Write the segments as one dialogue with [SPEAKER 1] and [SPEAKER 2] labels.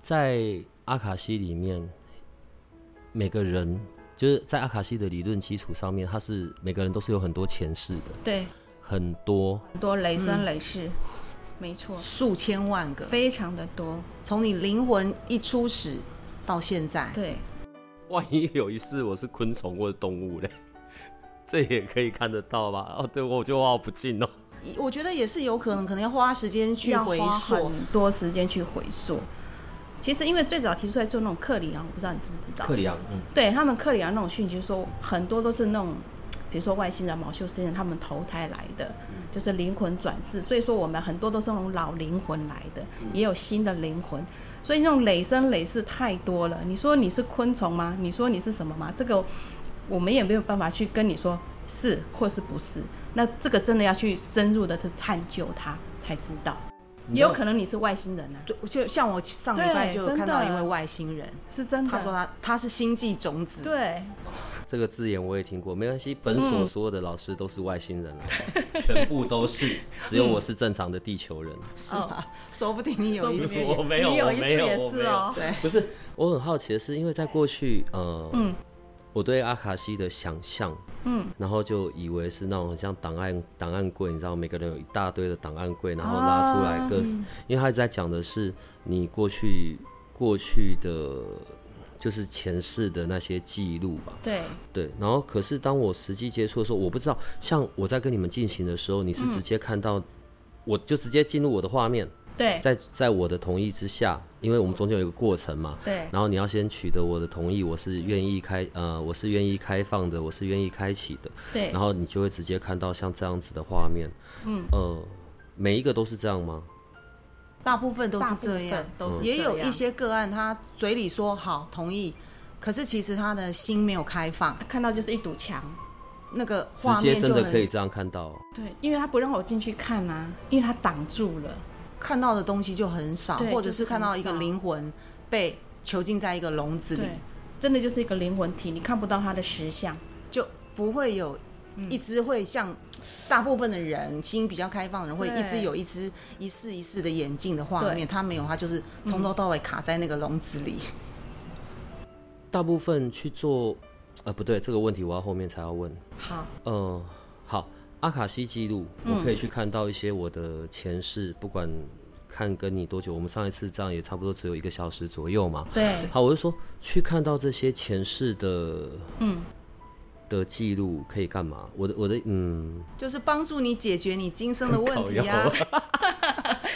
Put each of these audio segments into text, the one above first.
[SPEAKER 1] 在阿卡西里面，每个人就是在阿卡西的理论基础上面，他是每个人都是有很多前世的，
[SPEAKER 2] 对，
[SPEAKER 1] 很多
[SPEAKER 2] 很多累生累世，没错，
[SPEAKER 3] 数千万个，
[SPEAKER 2] 非常的多。
[SPEAKER 3] 从你灵魂一出始到现在，
[SPEAKER 2] 对，
[SPEAKER 1] 万一有一世我是昆虫或者动物嘞， 这也可以看得到吧？哦，对，我就望不尽哦。
[SPEAKER 3] 我觉得也是有可能，可能要花时间去
[SPEAKER 2] 要
[SPEAKER 3] 回
[SPEAKER 2] 花
[SPEAKER 3] 溯。
[SPEAKER 2] 很多时间去回溯。其实，因为最早提出来做那种克里昂，我不知道你知不知道？
[SPEAKER 1] 克里昂，嗯，
[SPEAKER 2] 对他们克里昂那种讯息，就是说很多都是那种，比如说外星人、毛修斯人，他们投胎来的，
[SPEAKER 1] 嗯
[SPEAKER 2] 就是灵魂转世。所以说，我们很多都是那种老灵魂来的，
[SPEAKER 1] 嗯
[SPEAKER 2] 也有新的灵魂。所以那种累生累世太多了。你说你是昆虫吗？你说你是什么吗？这个我们也没有办法去跟你说是或是不是。那这个真的要去深入的去探究它才知道。
[SPEAKER 1] 你知
[SPEAKER 2] 也
[SPEAKER 1] 道
[SPEAKER 2] 有可能你是外星人啊，
[SPEAKER 3] 对，我就像我上礼拜
[SPEAKER 2] 对
[SPEAKER 3] 就有看到
[SPEAKER 2] 真
[SPEAKER 3] 一
[SPEAKER 2] 的
[SPEAKER 3] 位外星人，
[SPEAKER 2] 是真的。
[SPEAKER 3] 他说他他是星际种子，
[SPEAKER 2] 对，
[SPEAKER 1] 这个字眼我也听过，没关系，本所所有的老师都是外星人啊， 全部都是，只有我是正常的地球人。啊
[SPEAKER 3] 是吧？说不定你有
[SPEAKER 2] 哦说不
[SPEAKER 3] 一
[SPEAKER 2] 定
[SPEAKER 3] 些
[SPEAKER 1] 我没有，
[SPEAKER 2] 你有
[SPEAKER 1] 我
[SPEAKER 2] 一次
[SPEAKER 1] 没有，
[SPEAKER 2] 也
[SPEAKER 1] 我没
[SPEAKER 2] 是
[SPEAKER 1] 有
[SPEAKER 2] 哦。。
[SPEAKER 1] 不是，我很好奇的是，因为在过去，呃，我对阿卡西的想象，嗯，然后就以为是那种很像档案档案柜，你知道，每个人有一大堆的档案柜，然后拉出来各，因为他一直在讲的是你过去过去的，就是前世的那些记录吧，
[SPEAKER 2] 对，
[SPEAKER 1] 对。然后可是当我实际接触的时候，我不知道，像我在跟你们进行的时候，你是直接看到，我就直接进入我的画面，
[SPEAKER 2] 对，
[SPEAKER 1] 在在我的同意之下，因为我们中间有一个过程嘛，
[SPEAKER 2] 对，
[SPEAKER 1] 然后你要先取得我的同意，我是愿意开呃，我是愿意开放的，我是愿意开启的，
[SPEAKER 2] 对
[SPEAKER 1] 然。后你就会直接看到像这样子的画面，嗯，呃，每一个都是这样吗？
[SPEAKER 3] 大部分都
[SPEAKER 2] 大
[SPEAKER 3] 是
[SPEAKER 2] 部
[SPEAKER 3] 这
[SPEAKER 2] 分
[SPEAKER 3] 样，嗯
[SPEAKER 2] 都是
[SPEAKER 3] 也
[SPEAKER 2] 这
[SPEAKER 3] 有一
[SPEAKER 2] 样
[SPEAKER 3] 些个案，他嘴里说好同意，可是其实他的心没有开放，
[SPEAKER 2] 看到就是一堵墙。
[SPEAKER 3] 那个
[SPEAKER 1] 直
[SPEAKER 3] 画
[SPEAKER 1] 接
[SPEAKER 3] 面
[SPEAKER 1] 真
[SPEAKER 3] 就
[SPEAKER 1] 的可以
[SPEAKER 3] 很
[SPEAKER 1] 这样看到哦，
[SPEAKER 2] 对，因为他不让我进去看啊，因为他挡住了。
[SPEAKER 3] 看到的东西就很少，
[SPEAKER 2] 对
[SPEAKER 3] 或者是
[SPEAKER 2] 就是很
[SPEAKER 3] 看到一个
[SPEAKER 2] 少
[SPEAKER 3] 灵魂被囚禁在一个笼子里
[SPEAKER 2] 对，，真的就是一个灵魂体，你看不到他的实相。
[SPEAKER 3] 就不会有一只会像大部分的人心比较开放的人会
[SPEAKER 2] 对
[SPEAKER 3] 一只有一只一世一世的眼镜的画面，他没有，他就是从头到尾卡在那个笼子里。
[SPEAKER 1] 大部分去做，呃，不对，这个问题我要后面才要问，
[SPEAKER 2] 好，
[SPEAKER 1] 呃，好，阿卡西记录，
[SPEAKER 3] 嗯
[SPEAKER 1] 我可以去看到一些我的前世，不管看跟你多久，我们上一次这样也差不多只有一个小时左右嘛，
[SPEAKER 2] 对，
[SPEAKER 1] 好，我就说去看到这些前世的，嗯，的记录可以干嘛？我的我的嗯，
[SPEAKER 3] 就是帮助你解决你今生的问题啊！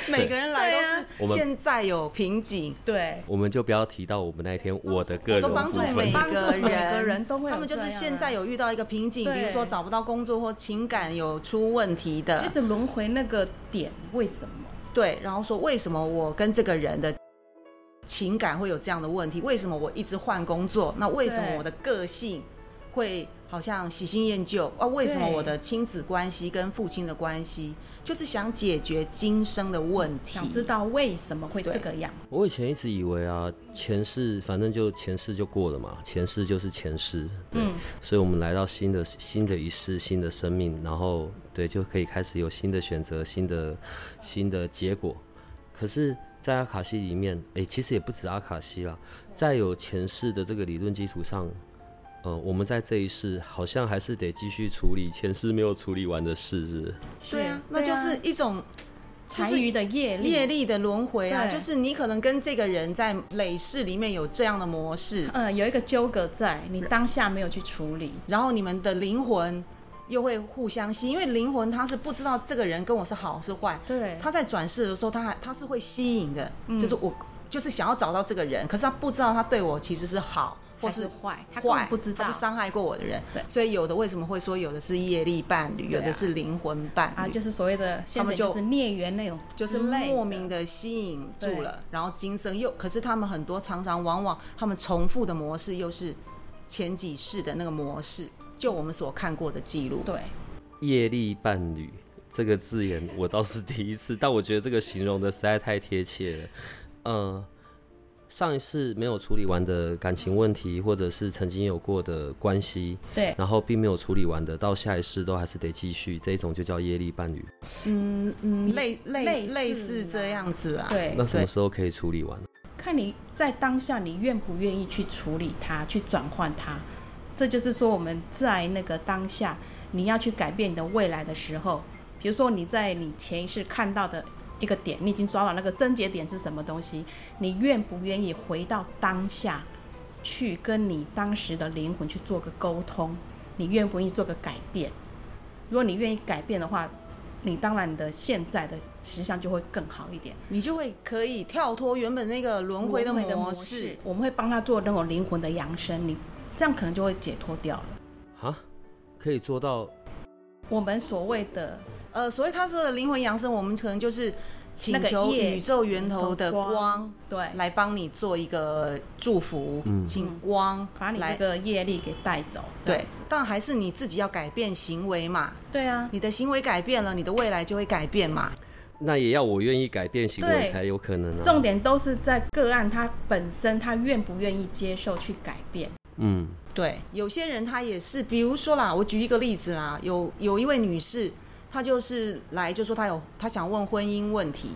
[SPEAKER 3] 每个人来
[SPEAKER 1] 我
[SPEAKER 3] 都是
[SPEAKER 1] 们
[SPEAKER 3] 现在有瓶颈，
[SPEAKER 2] 对，
[SPEAKER 1] 我们就不要提到我们那一天我的个
[SPEAKER 3] 我
[SPEAKER 1] 人
[SPEAKER 3] 说帮助
[SPEAKER 1] 部分
[SPEAKER 3] 每
[SPEAKER 2] 帮助
[SPEAKER 3] 个人，
[SPEAKER 2] 每个人都会有
[SPEAKER 3] 他们就
[SPEAKER 2] 这
[SPEAKER 3] 是
[SPEAKER 2] 样啊
[SPEAKER 3] 现在有遇到一个瓶颈，比如
[SPEAKER 2] 对
[SPEAKER 3] 说找不到工作或情感有出问题的
[SPEAKER 2] 一，直轮回那个点，为什么？
[SPEAKER 3] 对，然后说为什么我跟这个人的情感会有这样的问题？为什么我一直换工作？那为什么
[SPEAKER 2] 对
[SPEAKER 3] 我的个性会好像喜新厌旧啊？为什么
[SPEAKER 2] 对
[SPEAKER 3] 我的亲子关系跟父亲的关系，就是想解决今生的问题？
[SPEAKER 2] 想知道为什么会
[SPEAKER 3] 对
[SPEAKER 2] 这个样？
[SPEAKER 1] 我以前一直以为啊，前世反正就前世就过了嘛，前世就是前世，对，所以我们来到新的新的一世、新的生命，然后对就可以开始有新的选择、新的新的结果。可是，在阿卡西里面，诶、其实也不止阿卡西啦，在有前世的这个理论基础上，呃，我们在这一世好像还是得继续处理前世没有处理完的事，是不是？
[SPEAKER 3] 对啊，那就是一种就
[SPEAKER 2] 残
[SPEAKER 3] 是
[SPEAKER 2] 余的业力。
[SPEAKER 3] 业力的轮回啊，
[SPEAKER 2] 对
[SPEAKER 3] 就是你可能跟这个人在累世里面有这样的 模式，
[SPEAKER 2] 呃，有一个纠葛在，你当下没有去处理，
[SPEAKER 3] 然后你们的灵魂又会互相吸，因为灵魂它是不知道这个人跟我是好是坏，
[SPEAKER 2] 对
[SPEAKER 3] 他在转世的时候，他还他
[SPEAKER 2] 嗯
[SPEAKER 3] 是会吸引的，就是我就是想要找到这个人，可是他不知道他对我其实是好或
[SPEAKER 2] 还
[SPEAKER 3] 是
[SPEAKER 2] 是坏，他根
[SPEAKER 3] 坏
[SPEAKER 2] 本，不知道
[SPEAKER 3] 他是伤害过我的人。
[SPEAKER 2] 对
[SPEAKER 3] 所以有的为什么会说有的是业力伴侣，
[SPEAKER 2] 对
[SPEAKER 3] 有
[SPEAKER 2] 啊
[SPEAKER 3] 的是灵魂伴
[SPEAKER 2] 啊，
[SPEAKER 3] 侣，
[SPEAKER 2] 就是所谓的现在
[SPEAKER 3] 们
[SPEAKER 2] 就
[SPEAKER 3] 就是
[SPEAKER 2] 孽缘那种
[SPEAKER 3] 就
[SPEAKER 2] 之
[SPEAKER 3] 是
[SPEAKER 2] 类的，
[SPEAKER 3] 莫名的吸引住了，然后今生又，可是他们很多常常往往他们重复的模式又是前几世的那个模式，就我们所看过的记录，
[SPEAKER 2] 对，
[SPEAKER 1] 业力伴侣这个字眼我倒是第一次，但我觉得这个形容的实在太贴切了。呃，上一次没有处理完的感情问题，或者是曾经有过的关系，
[SPEAKER 2] 对
[SPEAKER 1] 然后并没有处理完的，到下一世都还是得继续，这一种就叫业力伴侣。
[SPEAKER 3] 嗯，类类
[SPEAKER 2] 类似
[SPEAKER 3] 类似这样子啊，
[SPEAKER 2] 对
[SPEAKER 1] 那什么时候可以处理完？
[SPEAKER 2] 看你在当下你愿不愿意去处理它，去转换它。这就是说我们在那个当下，你要去改变你的未来的时候，比如说你在你前一世看到的一个点，你已经抓到那个症结点是什么东西，你愿不愿意回到当下去跟你当时的灵魂去做个沟通？你愿不愿意做个改变？如果你愿意改变的话，你当然你的现在的实相就会更好一点。
[SPEAKER 3] 你就会可以跳脱原本那个轮回的
[SPEAKER 2] 轮回的
[SPEAKER 3] 模
[SPEAKER 2] 模
[SPEAKER 3] 式
[SPEAKER 2] 式，，我们会帮他做那种灵魂的扬升，你这样可能就会解脱掉了。
[SPEAKER 1] 哈，可以做到
[SPEAKER 2] 我们所谓的
[SPEAKER 3] 呃，所以他说的灵魂扬升，我们可能就是请
[SPEAKER 2] 那个
[SPEAKER 3] 求
[SPEAKER 2] 业
[SPEAKER 3] 宇宙源头的
[SPEAKER 2] 源头
[SPEAKER 3] 光
[SPEAKER 2] 光对，
[SPEAKER 3] 来帮你做一个祝福，请光
[SPEAKER 2] 把你这
[SPEAKER 3] 来。
[SPEAKER 2] 个业力给带走，这样
[SPEAKER 3] 对
[SPEAKER 2] 子，
[SPEAKER 3] 但还是你自己要改变行为嘛。
[SPEAKER 2] 对啊，
[SPEAKER 3] 你的行为改变了，你的未来就会改变嘛。
[SPEAKER 1] 那也要我愿意改变行为
[SPEAKER 2] 对
[SPEAKER 1] 才有可能啊。
[SPEAKER 2] 重点都是在个案他本身他愿不愿意接受去改变，
[SPEAKER 1] 嗯，
[SPEAKER 3] 对，有些人他也是，比如说啦，我举一个例子啦，有有一位女士，她就是来就说她有她想问婚姻问题，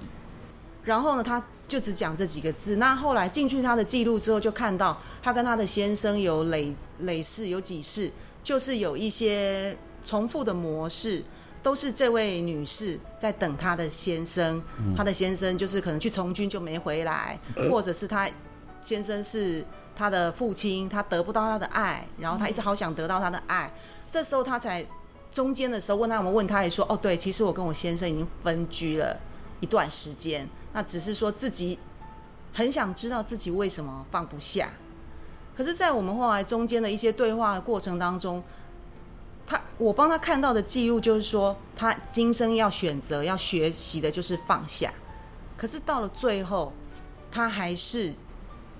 [SPEAKER 3] 然后呢，她就只讲这几个字。那后来进去她的记录之后，就看到她跟她的先生有累累世有几世，就是有一些重复的模式。都是这位女士在等她的先生，她的先生就是可能去从军就没回来，或者是她先生是他的父亲，他得不到他的爱，然后他一直好想得到他的爱，这时候他才中间的时候问他，我们问他也说，哦，对，其实我跟我先生已经分居了一段时间，那只是说自己很想知道自己为什么放不下，可是，在我们后来中间的一些对话的过程当中。他，我帮他看到的记录就是说，他今生要选择、要学习的就是放下。可是到了最后，他还是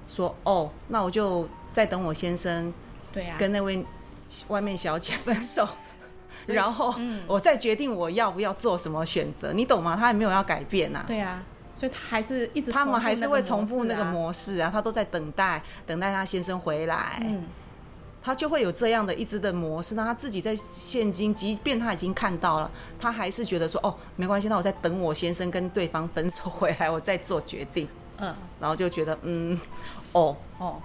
[SPEAKER 3] 说哦，那我就再等我先生
[SPEAKER 2] 对啊，
[SPEAKER 3] 跟那位外面小姐分手，
[SPEAKER 2] 所以嗯
[SPEAKER 3] 然后我再决定我要不要做什么选择，你懂吗？他也没有要改变呐、
[SPEAKER 2] 对啊，所以他还是一直
[SPEAKER 3] 他们还是会重复那个
[SPEAKER 2] 模式啊
[SPEAKER 3] 模式啊，他都在等待，等待他先生回来，
[SPEAKER 2] 嗯
[SPEAKER 3] 他就会有这样的一直的模式。那他自己在现今，即便他已经看到了，他还是觉得说，哦，没关系，那我再等我先生跟对方分手回来，我再做决定。
[SPEAKER 2] 啊嗯
[SPEAKER 3] 然后就觉得，嗯，哦，
[SPEAKER 2] 哦，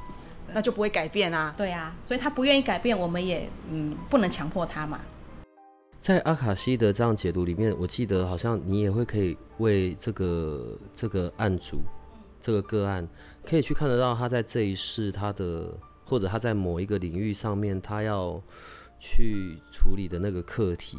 [SPEAKER 3] 那就不会改变啊。
[SPEAKER 2] 对啊，所以他不愿意改变，我们也嗯不能强迫他嘛，
[SPEAKER 1] 在阿卡西的这样解读里面，我记得好像你也会可以为这个这个案主，这个个案，可以去看得到他在这一世他的，或者他在某一个领域上面他要去处理的那个课题，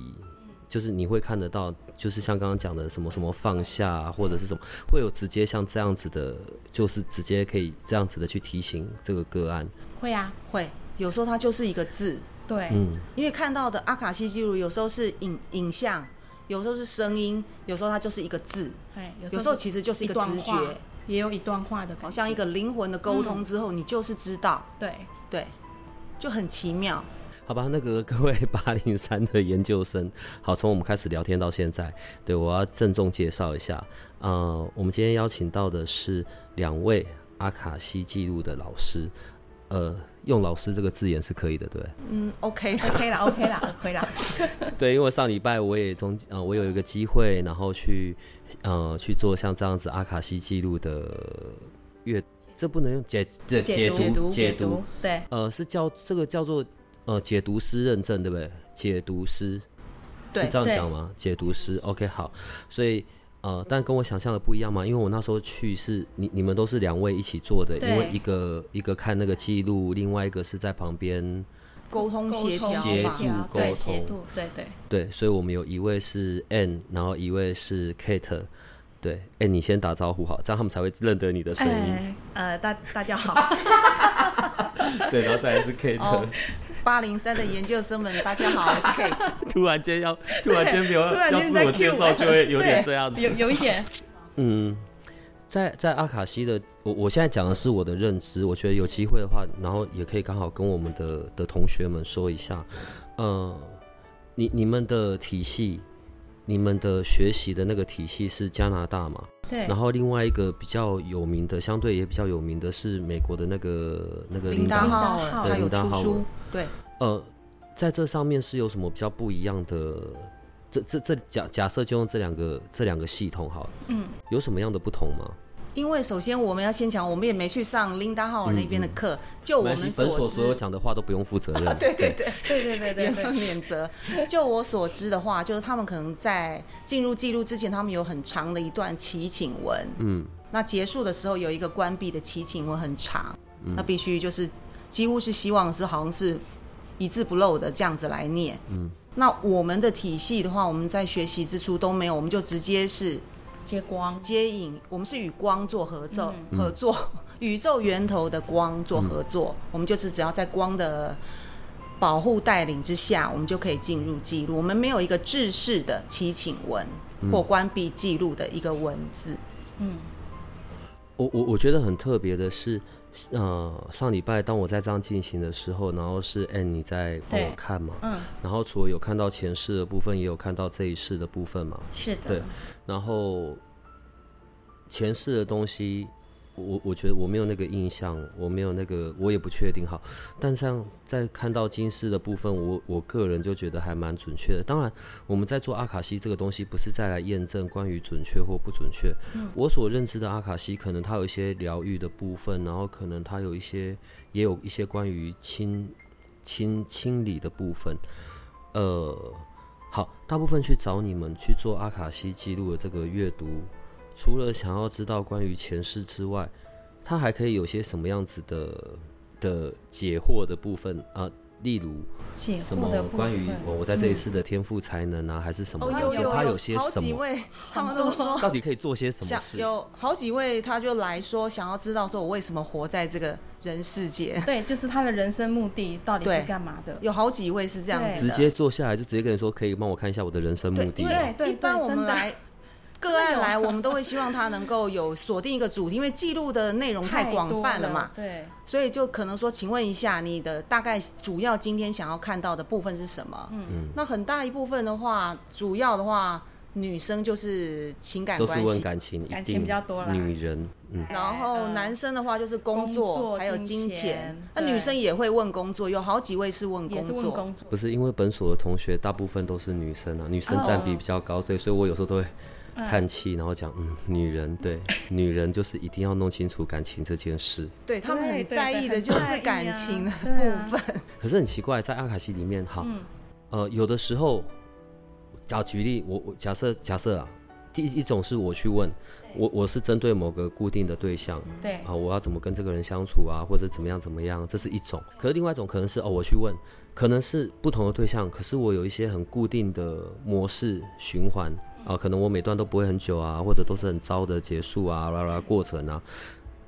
[SPEAKER 1] 就是你会看得到，就是像刚刚讲的什么什么放下、啊，或者是什么，会有直接像这样子的，就是直接可以这样子的去提醒这个个案，
[SPEAKER 2] 会啊，
[SPEAKER 3] 会有时候它就是一个字，
[SPEAKER 2] 对，
[SPEAKER 3] 因为看到的阿卡西记录有时候是影影像，有时候是声音，有时候它就是一个字，
[SPEAKER 2] 哎，
[SPEAKER 3] 有
[SPEAKER 2] 有
[SPEAKER 3] 时候其实就是
[SPEAKER 2] 一
[SPEAKER 3] 一个
[SPEAKER 2] 段
[SPEAKER 3] 直
[SPEAKER 2] 话
[SPEAKER 3] 觉，
[SPEAKER 2] 也有一段话的感觉，
[SPEAKER 3] 好像一个灵魂的沟通之后，你就是知道，
[SPEAKER 2] 对。
[SPEAKER 3] 对，就很奇妙。
[SPEAKER 1] 好吧，那个各位八零三的研究生，好，从我们开始聊天到现在，对我要郑重介绍一下，呃，我们今天邀请到的是两位阿卡西记录的老师，呃，用老师这个字眼是可以的，对。
[SPEAKER 3] 嗯，OK，
[SPEAKER 2] OK 啦，OK 啦 ，OK 啦。
[SPEAKER 1] 对，因为上礼拜我也中呃，我有一个机会，然后去呃去做像这样子阿卡西记录的阅，这不能用解解
[SPEAKER 2] 解
[SPEAKER 1] 解
[SPEAKER 2] 读
[SPEAKER 1] 读
[SPEAKER 2] 解读，对，
[SPEAKER 1] 呃，是叫这个叫做呃解读师认证，对不对？解读师
[SPEAKER 3] 对
[SPEAKER 1] 是这样
[SPEAKER 2] 对
[SPEAKER 1] 讲吗？解读师，OK，好，所以。呃，但跟我想象的不一样嘛，因为我那时候去是你你们都是两位一起做的，因为
[SPEAKER 2] 对
[SPEAKER 1] 一个一个看那个记录，另外一个是在旁边，
[SPEAKER 3] 沟通协
[SPEAKER 1] 协
[SPEAKER 3] 调嘛
[SPEAKER 1] 助，沟
[SPEAKER 2] 对
[SPEAKER 1] 通
[SPEAKER 2] 协助，对对
[SPEAKER 1] 对，所以我们有一位是 Anne，然后一位是 Kate，对，哎、你先打招呼好，这样他们才会认得你的声音。
[SPEAKER 2] 哎，呃，大大家好，
[SPEAKER 1] 对，然后再来是 Kate，、
[SPEAKER 3] 哦八零三的研究生们，大家好，我是 K。
[SPEAKER 1] 突然间要 突然间没有
[SPEAKER 2] 突然
[SPEAKER 1] 要
[SPEAKER 2] 间
[SPEAKER 1] 自
[SPEAKER 2] 在
[SPEAKER 1] 我介
[SPEAKER 2] cue
[SPEAKER 1] 绍，
[SPEAKER 2] 我
[SPEAKER 1] 就会有点
[SPEAKER 2] 对
[SPEAKER 1] 这样子。
[SPEAKER 2] 有有一点，
[SPEAKER 1] 嗯，在在阿卡西的，我我现在讲的是我的认知，我觉得有机会的话，然后也可以刚好跟我们的的同学们说一下，呃，你你们的体系，你们的学习的那个体系是加拿大嘛？
[SPEAKER 2] 对
[SPEAKER 1] 然，后另外一个比较有名的，相对也比较有名的是美国的那个那个
[SPEAKER 3] 林
[SPEAKER 1] 达
[SPEAKER 3] 达
[SPEAKER 1] 号，
[SPEAKER 3] 浩
[SPEAKER 2] 林达
[SPEAKER 3] 尔，
[SPEAKER 2] 浩
[SPEAKER 3] 他有
[SPEAKER 1] 对林
[SPEAKER 3] 出
[SPEAKER 1] 达浩尔
[SPEAKER 3] 书，对，
[SPEAKER 1] 呃，在这上面是有什么比较不一样的？这这这假假设就用这两个这两个系统好了，嗯，有什么样的不同吗？
[SPEAKER 3] 因为首先我们要先讲，我们也没去上琳达浩尔那边的课，就
[SPEAKER 1] 嗯没
[SPEAKER 3] 我
[SPEAKER 1] 关
[SPEAKER 3] 们
[SPEAKER 1] 系本所
[SPEAKER 3] 知啊
[SPEAKER 1] 所，有讲的话都不用负责 任。
[SPEAKER 3] 对对对，
[SPEAKER 2] 对对对对
[SPEAKER 3] 对
[SPEAKER 2] 对，
[SPEAKER 3] 免责。就我所知的话，就是他们可能在进入记录之前，他们有很长的一段祈请文，嗯，那结束的时候有一个关闭的祈请文很长，那必须就是几乎是希望是好像是一字不漏的这样子来念，嗯。那我们的体系的话，我们在学习之初都没有，我们就直接是
[SPEAKER 2] 接光，
[SPEAKER 3] 接引，我们是与光做合奏、
[SPEAKER 1] 嗯
[SPEAKER 3] 合作， 宇宙源头的光做合作，我们就是只要在光的保护带领之下，我们就可以进入记录。我们没有一个制式的祈请文
[SPEAKER 1] 嗯
[SPEAKER 3] 或关闭记录的一个文字。
[SPEAKER 1] 我我我觉得很特别的是，呃，上礼拜当我在这样进行的时候，然后是 N 你在帮我
[SPEAKER 2] 对
[SPEAKER 1] 看嘛，
[SPEAKER 2] 嗯，
[SPEAKER 1] 然后除了有看到前世的部分，也有看到这一世的部分嘛，
[SPEAKER 2] 是
[SPEAKER 1] 对
[SPEAKER 2] 的，
[SPEAKER 1] 然后前世的东西，我我觉得我没有那个印象，我没有那个，我也不确定哈。但像在看到今世的部分，我我个人就觉得还蛮准确的。当然，我们在做阿卡西这个东西，不是再来验证关于准确或不准确。我所认知的阿卡西，可能它有一些疗愈的部分，然后可能它有一些，也有一些关于清清清理的部分。呃，好，大部分去找你们去做阿卡西记录的这个阅读，除了想要知道关于前世之外，它还可以有些什么样子的的解惑的部分啊、例如
[SPEAKER 2] 解
[SPEAKER 1] 什
[SPEAKER 2] 惑
[SPEAKER 1] 么
[SPEAKER 2] 的部
[SPEAKER 1] 关于哦
[SPEAKER 2] 分，哦
[SPEAKER 1] 我我在这一次的天赋才能啊，还是什么？
[SPEAKER 2] 有
[SPEAKER 1] 它有些
[SPEAKER 3] 好
[SPEAKER 1] 什
[SPEAKER 3] 几
[SPEAKER 1] 么？
[SPEAKER 3] 位他们都说
[SPEAKER 1] 到底可以做些什么
[SPEAKER 3] 想
[SPEAKER 1] 事？
[SPEAKER 3] 有好几位他就来说想要知道说我为什么活在这个人世界，
[SPEAKER 2] 对，就是他的人生目的到底
[SPEAKER 3] 对
[SPEAKER 2] 是干嘛的？
[SPEAKER 3] 有好几位是这样子的，
[SPEAKER 2] 对
[SPEAKER 1] 直接坐下来就直接跟你说，可以帮我看一下我的人生目的啊
[SPEAKER 3] 因
[SPEAKER 1] 吗？
[SPEAKER 2] 对
[SPEAKER 3] 为
[SPEAKER 2] 哎对
[SPEAKER 3] 一般
[SPEAKER 2] 对
[SPEAKER 3] 我
[SPEAKER 2] 真
[SPEAKER 3] 们
[SPEAKER 2] 的
[SPEAKER 3] 来个案来，我们都会希望他能够有锁定一个主题，因为记录的内容太广
[SPEAKER 2] 多
[SPEAKER 3] 泛了嘛，
[SPEAKER 2] 对，
[SPEAKER 3] 所以就可能说，请问一下你的大概主要今天想要看到的部分是什么？嗯，那很大一部分的话，主要的话，女生就是情感
[SPEAKER 1] 都是
[SPEAKER 3] 关
[SPEAKER 1] 问
[SPEAKER 3] 系。
[SPEAKER 1] 感情，一
[SPEAKER 2] 感
[SPEAKER 1] 定
[SPEAKER 2] 情比较多啦
[SPEAKER 1] 女人，嗯，
[SPEAKER 3] 然后男生的话就是工
[SPEAKER 2] 哎工
[SPEAKER 3] 作，
[SPEAKER 2] 作
[SPEAKER 3] 还有
[SPEAKER 2] 金
[SPEAKER 3] 钱
[SPEAKER 2] 钱。
[SPEAKER 3] 那
[SPEAKER 2] 对
[SPEAKER 3] 女生也会问工作，有好几位是问
[SPEAKER 2] 也
[SPEAKER 3] 工
[SPEAKER 2] 是问
[SPEAKER 3] 作。
[SPEAKER 2] 工作，
[SPEAKER 1] 不是因为本所的同学大部分都是女生啊，女生占比比较高，对，所以我有时候都会叹气，然后讲，嗯，女人，对，女人就是一定要弄清楚感情这件事。
[SPEAKER 3] 对他们
[SPEAKER 2] 对
[SPEAKER 3] 很
[SPEAKER 2] 对
[SPEAKER 3] 在
[SPEAKER 2] 对很
[SPEAKER 3] 意的就
[SPEAKER 2] 在
[SPEAKER 3] 是
[SPEAKER 2] 意
[SPEAKER 3] 感
[SPEAKER 2] 啊
[SPEAKER 3] 情的
[SPEAKER 2] 对啊
[SPEAKER 3] 部分。
[SPEAKER 1] 可是很奇怪，在阿卡西里面，哈，呃，有的时候，假举例，我我假设假设啊，第一一种是我去问，我我是针对某个固定的对象，
[SPEAKER 2] 对
[SPEAKER 1] 啊，我要怎么跟这个人相处啊，或者怎么样怎么样，这是一种。可是另外一种可能是哦，我去问，可能是不同的对象，可是我有一些很固定的模式循环啊，可能我每段都不会很久啊，或者都是很糟的结束啊，啦啦过程啊。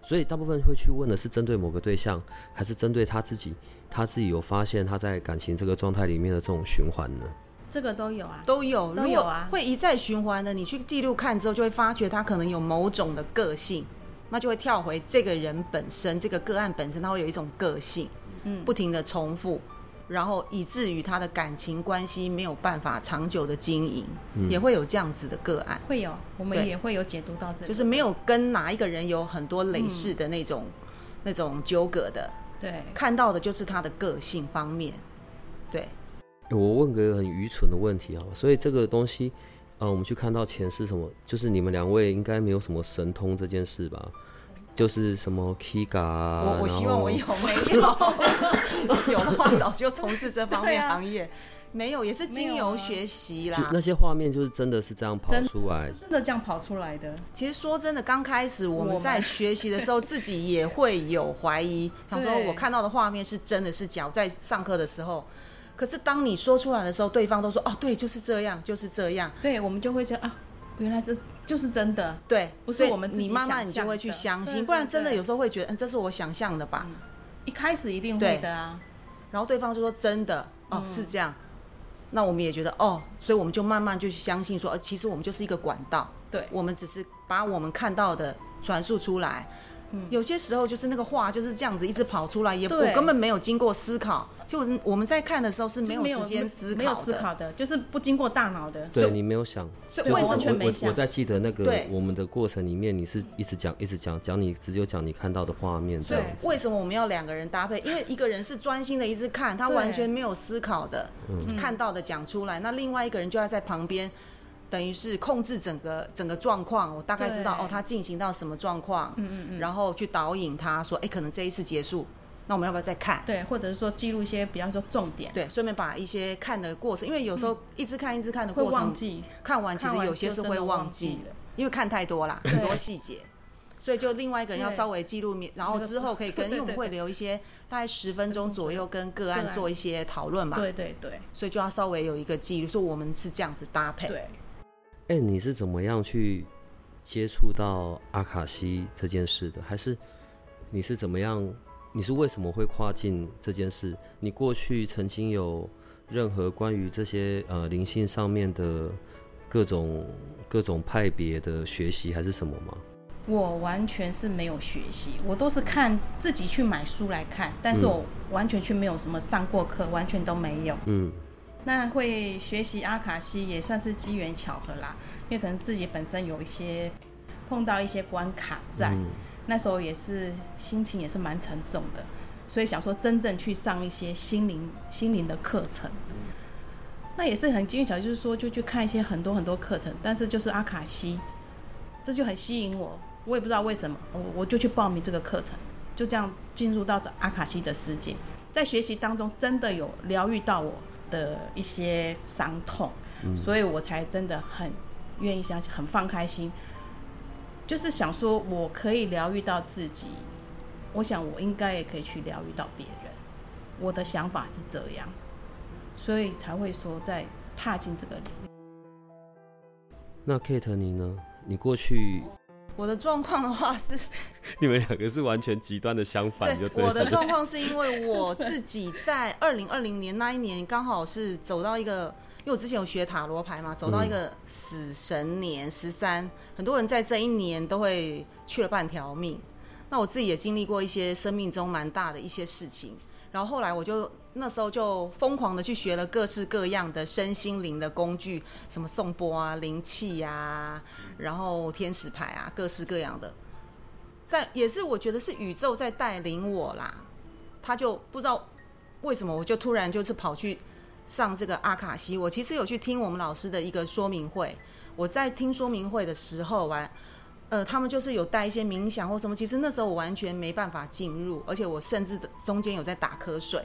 [SPEAKER 1] 所以大部分会去问的是针对某个对象，还是针对他自己？他自己有发现他在感情这个状态里面的这种循环呢？
[SPEAKER 2] 这个都有啊，
[SPEAKER 3] 都有，
[SPEAKER 2] 都
[SPEAKER 3] 如
[SPEAKER 2] 有
[SPEAKER 3] 果
[SPEAKER 2] 啊
[SPEAKER 3] 会一再循环的，你去记录看之后，就会发觉他可能有某种的个性，那就会跳回这个人本身，这个个案本身，他会有一种个性，嗯，不停的重复，然后以至于他的感情关系没有办法长久的经营，也会有这样子的个案，
[SPEAKER 2] 会有，我们
[SPEAKER 3] 对
[SPEAKER 2] 也会有解读到这
[SPEAKER 3] 就
[SPEAKER 2] 里，
[SPEAKER 3] 是没有跟哪一个人有很多累世的那种、
[SPEAKER 2] 嗯
[SPEAKER 3] 那种纠葛的，
[SPEAKER 2] 对，
[SPEAKER 3] 看到的就是他的个性方面，对，
[SPEAKER 1] 欸我问个很愚蠢的问题啊，所以这个东西，啊、我们去看到前世什么，就是你们两位应该没有什么神通这件事吧？就是什么 Kiga 啊，
[SPEAKER 3] 我我希望我
[SPEAKER 1] 然
[SPEAKER 3] 有
[SPEAKER 1] 后
[SPEAKER 3] 没有，有 的话早就从事这方
[SPEAKER 2] 对
[SPEAKER 3] 面
[SPEAKER 2] 啊
[SPEAKER 3] 行业，没有也是经
[SPEAKER 2] 没有
[SPEAKER 3] 由
[SPEAKER 2] 啊
[SPEAKER 3] 学习
[SPEAKER 1] 就
[SPEAKER 3] 啦。
[SPEAKER 1] 那些画面就是真的是这样跑
[SPEAKER 2] 真
[SPEAKER 1] 出来
[SPEAKER 2] 是，真的这样跑出来的，
[SPEAKER 3] 其实说真的，刚开始我
[SPEAKER 2] 我
[SPEAKER 3] 们
[SPEAKER 2] 们
[SPEAKER 3] 在学习的时候，自己也会有怀疑，想说
[SPEAKER 2] 对
[SPEAKER 3] 我看到的画面是真的是假。我在上课的时候，可是当你说出来的时候，对方都说哦，对，就是这样，就是这样。
[SPEAKER 2] 对我们就会觉得啊，原来是就是真的，
[SPEAKER 3] 对，
[SPEAKER 2] 不是
[SPEAKER 3] 所以
[SPEAKER 2] 我们自己
[SPEAKER 3] 你慢慢
[SPEAKER 2] 想
[SPEAKER 3] 你就
[SPEAKER 2] 象
[SPEAKER 3] 会去
[SPEAKER 2] 的
[SPEAKER 3] 相
[SPEAKER 2] 对
[SPEAKER 3] 信，不然
[SPEAKER 2] 对
[SPEAKER 3] 真的
[SPEAKER 2] 对
[SPEAKER 3] 有时候会觉得，嗯，这是我想象的吧。
[SPEAKER 2] 一开始一定会的啊。
[SPEAKER 3] 然后对方就说真的，
[SPEAKER 2] 嗯
[SPEAKER 3] 哦，是这样。那我们也觉得哦，所以我们就慢慢就去相信说，呃，其实我们就是一个管道，
[SPEAKER 2] 对
[SPEAKER 3] 我们只是把我们看到的传述出来。有些时候就是那个话就是这样子一直跑出来，
[SPEAKER 2] 嗯
[SPEAKER 3] 也
[SPEAKER 2] 对
[SPEAKER 3] 我根本没有经过思考，就我我们在看的时候是
[SPEAKER 2] 就
[SPEAKER 3] 没
[SPEAKER 2] 是
[SPEAKER 3] 有时间思
[SPEAKER 2] 没有
[SPEAKER 3] 考
[SPEAKER 2] 思
[SPEAKER 3] 的，
[SPEAKER 2] 考的，就是不经过大脑的。
[SPEAKER 3] 所
[SPEAKER 1] 对
[SPEAKER 3] 以
[SPEAKER 1] 你没有想，
[SPEAKER 3] 所以
[SPEAKER 1] 就是
[SPEAKER 3] 为什
[SPEAKER 1] 我
[SPEAKER 2] 完全
[SPEAKER 3] 么
[SPEAKER 2] 没
[SPEAKER 1] 我
[SPEAKER 2] 想
[SPEAKER 1] 我在记得那个
[SPEAKER 3] 对
[SPEAKER 1] 我们的过程里面，你是一直讲一直讲讲你只有讲你看到的画面这
[SPEAKER 3] 所
[SPEAKER 1] 样
[SPEAKER 3] 以
[SPEAKER 1] 子，
[SPEAKER 3] 为什么我们要两个人搭配？因为一个人是专心的一直看，他完全没有思考的，
[SPEAKER 2] 嗯
[SPEAKER 3] 看到的讲出来，那另外一个人就要在旁边。等于是控制整个整个状况，我大概知道
[SPEAKER 2] 对
[SPEAKER 3] 哦，他进行到什么状况，嗯嗯然后去导引他说，哎，可能这一次结束，那我们要不要再看？
[SPEAKER 2] 对，或者是说记录一些，比方说重点，
[SPEAKER 3] 对，顺便把一些看的过程，因为有时候一直看一直看的
[SPEAKER 2] 嗯会
[SPEAKER 3] 过程
[SPEAKER 2] 忘，记，
[SPEAKER 3] 看完其
[SPEAKER 2] 看
[SPEAKER 3] 实
[SPEAKER 2] 完
[SPEAKER 3] 有些
[SPEAKER 2] 就是真
[SPEAKER 3] 会
[SPEAKER 2] 的
[SPEAKER 3] 忘
[SPEAKER 2] 忘
[SPEAKER 3] 记
[SPEAKER 2] 了。
[SPEAKER 3] 因为看太多啦，很多细节，所以就另外一个人要
[SPEAKER 2] 对
[SPEAKER 3] 稍微记录面，然后
[SPEAKER 2] 那个
[SPEAKER 3] 之后可以跟，
[SPEAKER 2] 对对
[SPEAKER 3] 因为我们
[SPEAKER 2] 对
[SPEAKER 3] 会留一些大概十分钟左右跟个
[SPEAKER 2] 个
[SPEAKER 3] 案
[SPEAKER 2] 案
[SPEAKER 3] 做一些讨论嘛，
[SPEAKER 2] 对对对
[SPEAKER 3] 所以就要稍微有一个记录，说我们是这样子搭配。
[SPEAKER 2] 对。
[SPEAKER 1] 哎、你是怎么样去接触到阿卡西这件事的？还是你是怎么样？你是为什么会跨进这件事？你过去曾经有任何关于这些呃灵性上面的各种各种派别的学习还是什么吗？
[SPEAKER 2] 我完全是没有学习，我都是看自己去买书来看，但是我完全去没有什么上过课，完全都没有。
[SPEAKER 1] 嗯，
[SPEAKER 2] 那会学习阿卡西也算是机缘巧合啦，因为可能自己本身有一些碰到一些关卡在，那时候也是心情也是蛮沉重的，所以想说真正去上一些心灵心灵的课程。那也是很机缘巧合，就是说就去看一些很多很多课程，但是就是阿卡西，这就很吸引我，我也不知道为什么，我我就去报名这个课程，就这样进入到阿卡西的世界，在学习当中真的有疗愈到我的一些伤痛，所以我才真的很愿意相信，很放开心，就是想说我可以疗愈到自己，我想我应该也可以去疗愈到别人，我的想法是这样，所以才会说在踏进这个领域。
[SPEAKER 1] 那 Kate 你呢？你过去
[SPEAKER 3] 我的状况的话是，
[SPEAKER 1] 你们两个是完全极端的相反，就对
[SPEAKER 3] 我的
[SPEAKER 1] 了。
[SPEAKER 3] 状况是因为我自己在二零二零年那一年刚好是走到一个，因为我之前有学塔罗牌嘛，走到一
[SPEAKER 1] 嗯
[SPEAKER 3] 个死神年十三、很多人在这一年都会去了半条命。那我自己也经历过一些生命中蛮大的一些事情，然后后来我就那时候就疯狂的去学了各式各样的身心灵的工具，什么颂钵啊、灵气呀、然后天使牌啊，各式各样的。在也是我觉得是宇宙在带领我啦，他就不知道为什么我就突然就是跑去上这个阿卡西。我其实有去听我们老师的一个说明会，我在听说明会的时候完，呃，他们就是有带一些冥想或什么，其实那时候我完全没办法进入，而且我甚至中间有在打瞌睡。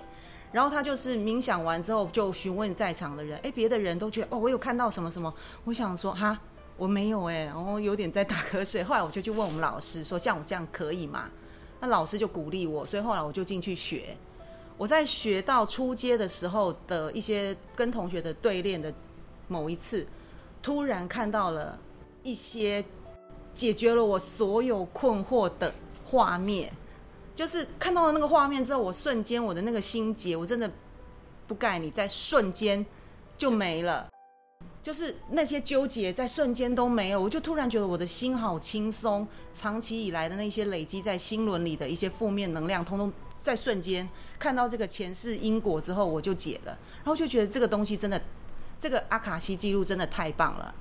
[SPEAKER 3] 然后他就是冥想完之后，就询问在场的人，诶，别的人都觉得哦，我有看到什么什么。我想说哈，我没有哎、然后有点在打瞌睡。 后来我就去问我们老师说，像我这样可以吗？那老师就鼓励我，所以后来我就进去学。我在学到初阶的时候的一些跟同学的对练的某一次，突然看到了一些解决了我所有困惑的画面，就是看到了那个画面之后，我瞬间我的那个心结，我真的不盖你，在瞬间就没了。就是那些纠结在瞬间都没有，我就突然觉得我的心好轻松，长期以来的那些累积在心轮里的一些负面能量，通通在瞬间看到这个前世因果之后，我就解了，然后就觉得这个东西真的，这个阿卡西记录真的太棒了，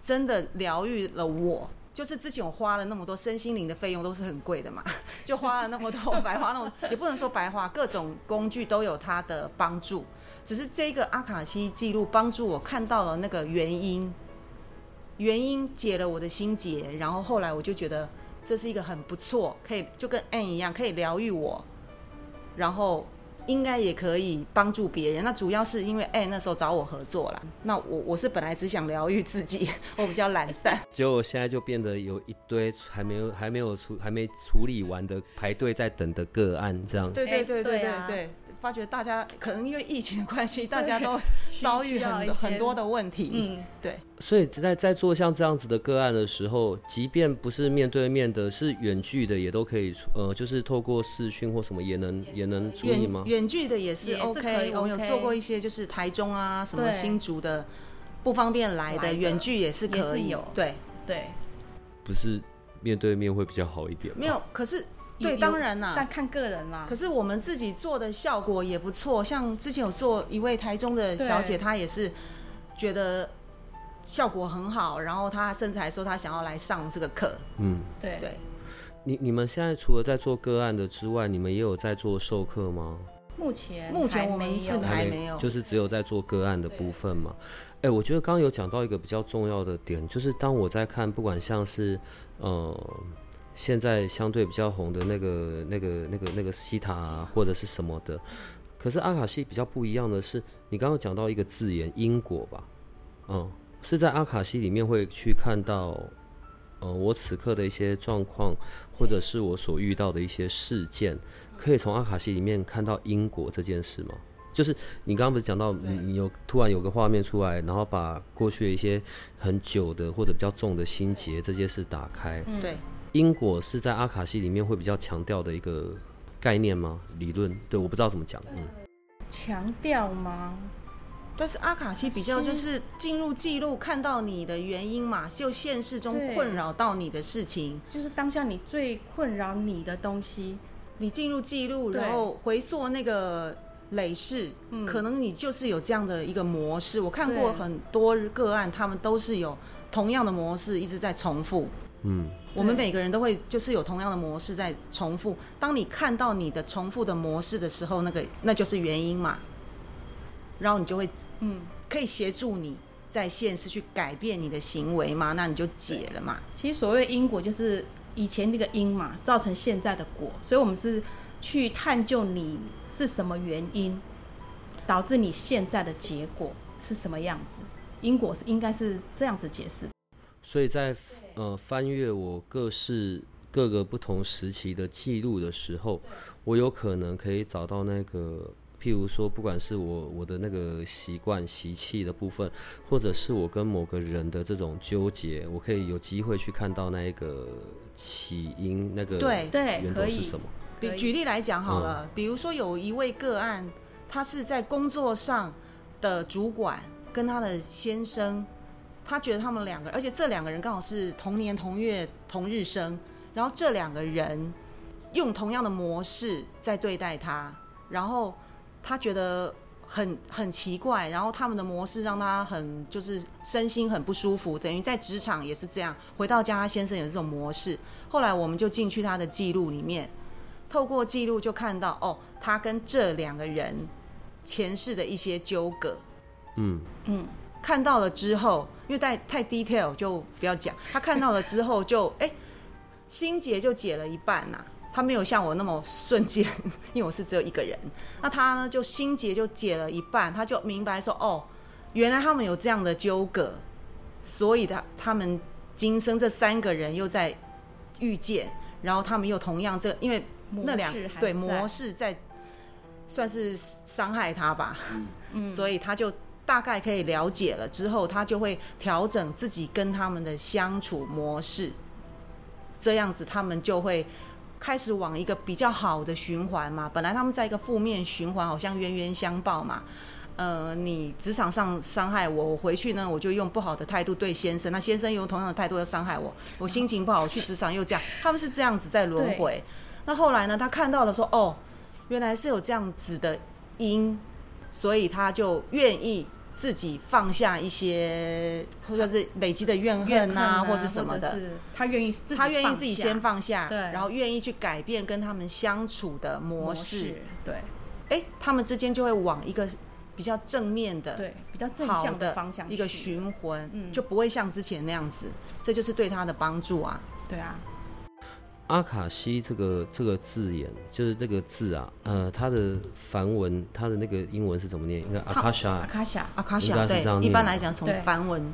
[SPEAKER 3] 真的疗愈了我。就是之前我花了那么多身心灵的费用都是很贵的嘛， 就花了那么多白花那么，也不能说白花，各种工具都有它的帮助。只是这个阿卡西记录帮助我看到了那个原因，原因解了我的心结，然后后来我就觉得这是一个很不错，可以就跟 N 一样，可以疗愈我，然后应该也可以帮助别人。那主要是因为 N 那时候找我合作啦，那我我是本来只想疗愈自己， 我比较懒散，
[SPEAKER 1] 结果现在就变得有一堆还没有还没有处还没处理完的排队在等的个案，这样。
[SPEAKER 3] 对对对对
[SPEAKER 2] 哎对
[SPEAKER 3] 对
[SPEAKER 2] 啊
[SPEAKER 3] 对，发觉大家可能因为疫情的关系，大家都遭遇
[SPEAKER 2] 需要一些
[SPEAKER 3] 很多很多的问题。
[SPEAKER 2] 嗯，
[SPEAKER 3] 对，
[SPEAKER 1] 所以在在做像这样子的个案的时候，即便不是面对面的，是远距的也都可以出，呃，就是透过视讯或什么也能也能处理吗
[SPEAKER 3] 远？远距的也是
[SPEAKER 2] 也是
[SPEAKER 3] OK，
[SPEAKER 2] 可以
[SPEAKER 3] 我们有
[SPEAKER 2] OK
[SPEAKER 3] 做过一些就是台中啊什么
[SPEAKER 2] 对
[SPEAKER 3] 新竹的不方便来
[SPEAKER 2] 来
[SPEAKER 3] 的
[SPEAKER 2] 的
[SPEAKER 3] 远距也是
[SPEAKER 2] 也
[SPEAKER 3] 可
[SPEAKER 2] 是
[SPEAKER 3] 以
[SPEAKER 2] 有，哦
[SPEAKER 3] 对，
[SPEAKER 2] 对，
[SPEAKER 1] 不是面对面会比较好一点吗？
[SPEAKER 3] 没有，可是
[SPEAKER 2] 有
[SPEAKER 3] 对，
[SPEAKER 2] 有
[SPEAKER 3] 当然啦、
[SPEAKER 2] 但看个人啦
[SPEAKER 3] 啊可。是我们自己做的效果也不错，像之前有做一位台中的小姐，
[SPEAKER 2] 对
[SPEAKER 3] 她也是觉得效果很好，然后她甚至还说她想要来上这个课。
[SPEAKER 1] 嗯
[SPEAKER 2] 对
[SPEAKER 3] 对
[SPEAKER 1] 你你们现在除了在做个案的之外，你们也有在做授课吗？
[SPEAKER 2] 目前
[SPEAKER 3] 目前
[SPEAKER 2] 还
[SPEAKER 3] 我们
[SPEAKER 2] 没
[SPEAKER 3] 是
[SPEAKER 2] 有
[SPEAKER 3] 还没有
[SPEAKER 1] 就是只有在做个案的部分嘛。哎，我觉得刚刚有讲到一个比较重要的点，就是当我在看，不管像是呃现在相对比较红的那个、那个、那个、那个西塔、啊、或者是什么的，可是阿卡西比较不一样的是，你刚刚讲到一个字眼因果吧，嗯，是在阿卡西里面会去看到。呃，我此刻的一些状况，或者是我所遇到的一些事件，可以从阿卡西里面看到因果这件事吗？就是你刚刚不是讲到你你有突然有个画面出来，然后把过去的一些很久的或者比较重的心结这些事打开。
[SPEAKER 2] 嗯
[SPEAKER 3] 对，
[SPEAKER 1] 因果是在阿卡西里面会比较强调的一个概念吗？理论？对，我不知道怎么讲。嗯，
[SPEAKER 2] 强调吗？
[SPEAKER 3] 但是阿卡西比较就是进入记录，看到你的原因嘛，就现实中
[SPEAKER 2] 对
[SPEAKER 3] 困扰到你的事情，
[SPEAKER 2] 就是当下你最困扰你的东西，
[SPEAKER 3] 你进入记录，
[SPEAKER 2] 对嗯
[SPEAKER 3] 然后回溯那个累世，可能你就是有这样的一个模式。我看
[SPEAKER 2] 对
[SPEAKER 3] 过很多个案，他们都是有同样的模式一直在重复。
[SPEAKER 1] 嗯，
[SPEAKER 3] 我们每个人都会就是有同样的模式在重复。当你看到你的重复的模式的时候，那个那就是原因嘛，然后你就会
[SPEAKER 2] 嗯，
[SPEAKER 3] 可以协助你在现实去改变你的行为嘛，那你就解了嘛。
[SPEAKER 2] 其实所谓因果就是以前这个因嘛，造成现在的果，所以我们是去探究你是什么原因导致你现在的结果是什么样子。因果是应该是这样子解释，
[SPEAKER 1] 所以在呃翻阅我各式各个不同时期的记录的时候，我有可能可以找到那个，譬如说，不管是我我的那个习惯习气的部分，或者是我跟某个人的这种纠结，我可以有机会去看到那一个起因，那个
[SPEAKER 3] 对
[SPEAKER 2] 对，
[SPEAKER 1] 源头
[SPEAKER 2] 可以
[SPEAKER 1] 是什么？
[SPEAKER 3] 比
[SPEAKER 2] 可以
[SPEAKER 3] 举例来讲好了，比如说有一位个案，他是在工作上的主管跟他的先生，他觉得他们两个，而且这两个人刚好是同年同月同日生，然后这两个人用同样的模式在对待他，然后他觉得很很奇怪，然后他们的模式让他很就是身心很不舒服，等于在职场也是这样，回到家他先生也是这种模式。后来我们就进去他的记录里面，透过记录就看到哦，他跟这两个人前世的一些纠葛。
[SPEAKER 1] 嗯
[SPEAKER 2] 嗯，
[SPEAKER 3] 看到了之后，因为太太 detail 就不要讲，他看到了之后就哎、心结就解了一半呐、他没有像我那么瞬间，因为我是只有一个人。那他呢，就心结就解了一半，他就明白说，哦，原来他们有这样的纠葛，所以他他们今生这三个人又在遇见，然后他们又同样这，因为那两
[SPEAKER 2] 模式还
[SPEAKER 3] 对
[SPEAKER 2] 在
[SPEAKER 3] 模式在算是伤害他吧，
[SPEAKER 2] 嗯
[SPEAKER 3] 所以他就大概可以了解了之后，他就会调整自己跟他们的相处模式，这样子他们就会开始往一个比较好的循环嘛。本来他们在一个负面循环，好像冤冤相报嘛。呃，你职场上伤害我，我回去呢，我就用不好的态度对先生，那先生用同样的态度要伤害我，我心情不好，我去职场又这样，
[SPEAKER 2] 啊
[SPEAKER 3] 他们是这样子在轮回。那后来呢，他看到了说，哦，原来是有这样子的因，所以他就愿意自己放下一些，或者是累积的怨
[SPEAKER 2] 怨
[SPEAKER 3] 恨
[SPEAKER 2] 恨
[SPEAKER 3] 啊，
[SPEAKER 2] 啊，
[SPEAKER 3] 或是什么的
[SPEAKER 2] 或者，是他愿意自己
[SPEAKER 3] 他愿意
[SPEAKER 2] 放
[SPEAKER 3] 自己
[SPEAKER 2] 下
[SPEAKER 3] 先放下，
[SPEAKER 2] 对
[SPEAKER 3] 然后愿意去改变跟他们相处的模
[SPEAKER 2] 模
[SPEAKER 3] 式，，
[SPEAKER 2] 对
[SPEAKER 3] 哎，他们之间就会往一个比较正面的。
[SPEAKER 2] 对，比较正
[SPEAKER 3] 好
[SPEAKER 2] 向方向
[SPEAKER 3] 一个
[SPEAKER 2] 去
[SPEAKER 3] 循环，
[SPEAKER 2] 嗯
[SPEAKER 3] 就不会像之前那样子，这就是对他的帮助啊。
[SPEAKER 2] 对啊，
[SPEAKER 1] 阿卡西这个这个字眼，就是这个字啊，呃，它的梵文，它的那个英文是怎么念？应该阿
[SPEAKER 3] 它
[SPEAKER 1] 卡莎
[SPEAKER 2] 阿。卡夏
[SPEAKER 3] 阿卡西
[SPEAKER 1] 应该
[SPEAKER 3] 亚
[SPEAKER 1] 是
[SPEAKER 3] 对
[SPEAKER 1] 这样，
[SPEAKER 3] 一
[SPEAKER 1] 念
[SPEAKER 3] 般
[SPEAKER 1] 的
[SPEAKER 3] 来讲从
[SPEAKER 2] 对
[SPEAKER 3] 梵文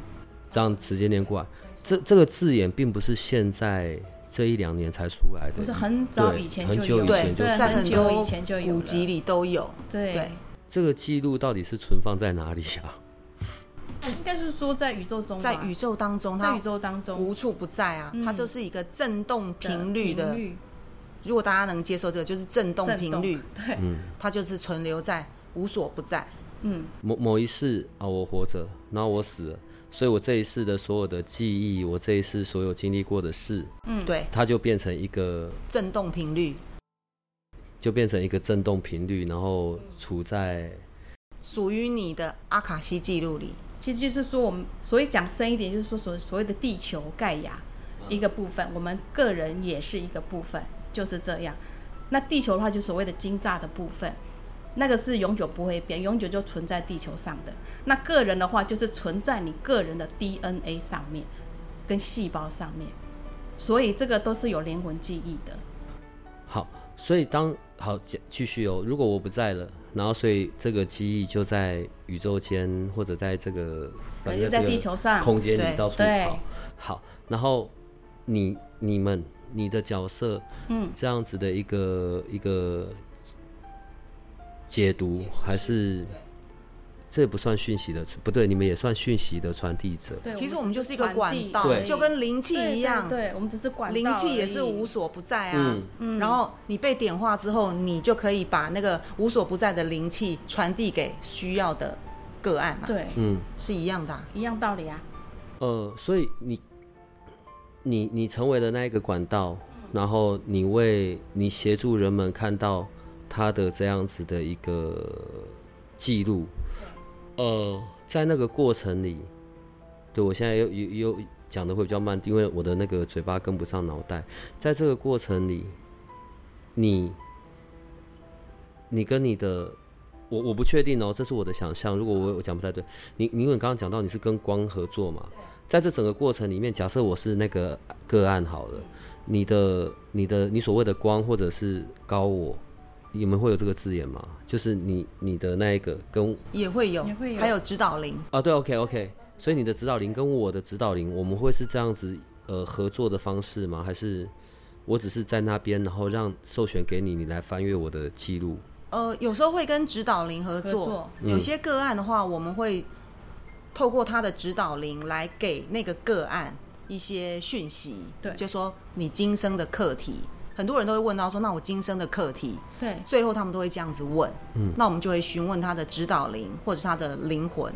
[SPEAKER 1] 这样直接念过来。这这个字眼并不是现在这一两年才出来的，
[SPEAKER 2] 不是很早以前
[SPEAKER 1] 对
[SPEAKER 2] 就
[SPEAKER 1] 很久
[SPEAKER 2] 有，
[SPEAKER 1] 以前就
[SPEAKER 2] 对，
[SPEAKER 3] 在
[SPEAKER 2] 很
[SPEAKER 3] 很多
[SPEAKER 2] 久以前就有
[SPEAKER 3] 古
[SPEAKER 2] 了
[SPEAKER 3] 籍里都有。
[SPEAKER 2] 对
[SPEAKER 3] 对，
[SPEAKER 1] 这个记录到底是存放在哪里啊？
[SPEAKER 2] 应该是说在宇宙中吧，
[SPEAKER 3] 在宇宙当中，
[SPEAKER 2] 在
[SPEAKER 3] 它
[SPEAKER 2] 宇宙当中，
[SPEAKER 3] 无处不在啊，它就是一个振动频率的。
[SPEAKER 2] 频
[SPEAKER 3] 如果大家能接受这个，就是振动
[SPEAKER 2] 震
[SPEAKER 3] 频
[SPEAKER 2] 动
[SPEAKER 3] 率，
[SPEAKER 2] 对，
[SPEAKER 1] 嗯
[SPEAKER 3] 它就是存留在无所不在。
[SPEAKER 1] 某某一世啊，我活着，然后我死了，所以我这一世的所有的记忆，我这一世所有经历过的事，
[SPEAKER 2] 嗯
[SPEAKER 3] 对，
[SPEAKER 1] 它就变成一个，
[SPEAKER 3] 振动频率
[SPEAKER 1] 就变成一个振动频率，然后处在
[SPEAKER 3] 属于你的阿卡西记录里。
[SPEAKER 2] 其实就是说我们所以讲深一点，就是说所所谓的地球盖亚一个部分，我们个人也是一个部分，就是这样。那地球的话，就所谓的金炸的部分，那个是永久不会变，永久就存在地球上的。那个人的话，就是存在你个人的 DNA 上面，跟细胞上面，所以这个都是有灵魂记忆的。
[SPEAKER 1] 好。所以当好继继续哦，如果我不在了，然后所以这个记忆就在宇宙间，或者在这个
[SPEAKER 2] 可
[SPEAKER 1] 反
[SPEAKER 2] 能
[SPEAKER 1] 正
[SPEAKER 2] 就在
[SPEAKER 1] 这个
[SPEAKER 2] 地球上，
[SPEAKER 1] 空间
[SPEAKER 3] 对
[SPEAKER 1] 里到处
[SPEAKER 2] 对
[SPEAKER 1] 跑。好，然后你你们你的角色，嗯，这样子的一个一个解读，还是这不算讯息的，不对，你们也算讯息的传递者。
[SPEAKER 2] 对，
[SPEAKER 3] 其实我们就是一
[SPEAKER 2] 只
[SPEAKER 3] 个管
[SPEAKER 2] 传递
[SPEAKER 3] 道
[SPEAKER 2] 而已
[SPEAKER 1] 对，
[SPEAKER 3] 就跟灵气
[SPEAKER 2] 对
[SPEAKER 3] 一样，
[SPEAKER 2] 对对我们嗯只是管道，
[SPEAKER 3] 灵气也是无。所不在啊。然后你被点化之后，你就可以把那个无所不在的灵气传递给需要的个案嘛，
[SPEAKER 2] 对，
[SPEAKER 3] 是一样的啊、
[SPEAKER 2] 一样道理啊。
[SPEAKER 1] 呃，所以你你你成为了那一个管道，然后你为你协助人们看到他的这样子的一个记录，呃，在那个过程里，对我现在又又又讲的会比较慢，因为我的那个嘴巴跟不上脑袋，在这个过程里，你你跟你的。我我不确定哦，这是我的想象。如果我我讲不太对，你你因为你刚刚讲到你是跟光合作嘛，在这整个过程里面，假设我是那个个案好了，你的、你的、你所谓的光或者是高我，你们会有这个字眼吗？就是你、你的那一个跟
[SPEAKER 3] 也会有，
[SPEAKER 2] 也会有
[SPEAKER 3] 还有指导灵，
[SPEAKER 1] 啊，对，OK OK，所以你的指导灵跟我的指导灵，我们会是这样子呃合作的方式吗？还是我只是在那边，然后让授权给你，你来翻阅我的记录？
[SPEAKER 3] 呃，有时候会跟指导灵合
[SPEAKER 2] 合作
[SPEAKER 3] 有些个案的话，我们会透过他的指导灵来给那个个案一些讯息，
[SPEAKER 2] 对
[SPEAKER 3] 就说你今生的课题。很多人都会问到说，那我今生的课题，
[SPEAKER 2] 对，
[SPEAKER 3] 最后他们都会这样子问，嗯，那我们就会询问他的指导灵或者是他的灵魂，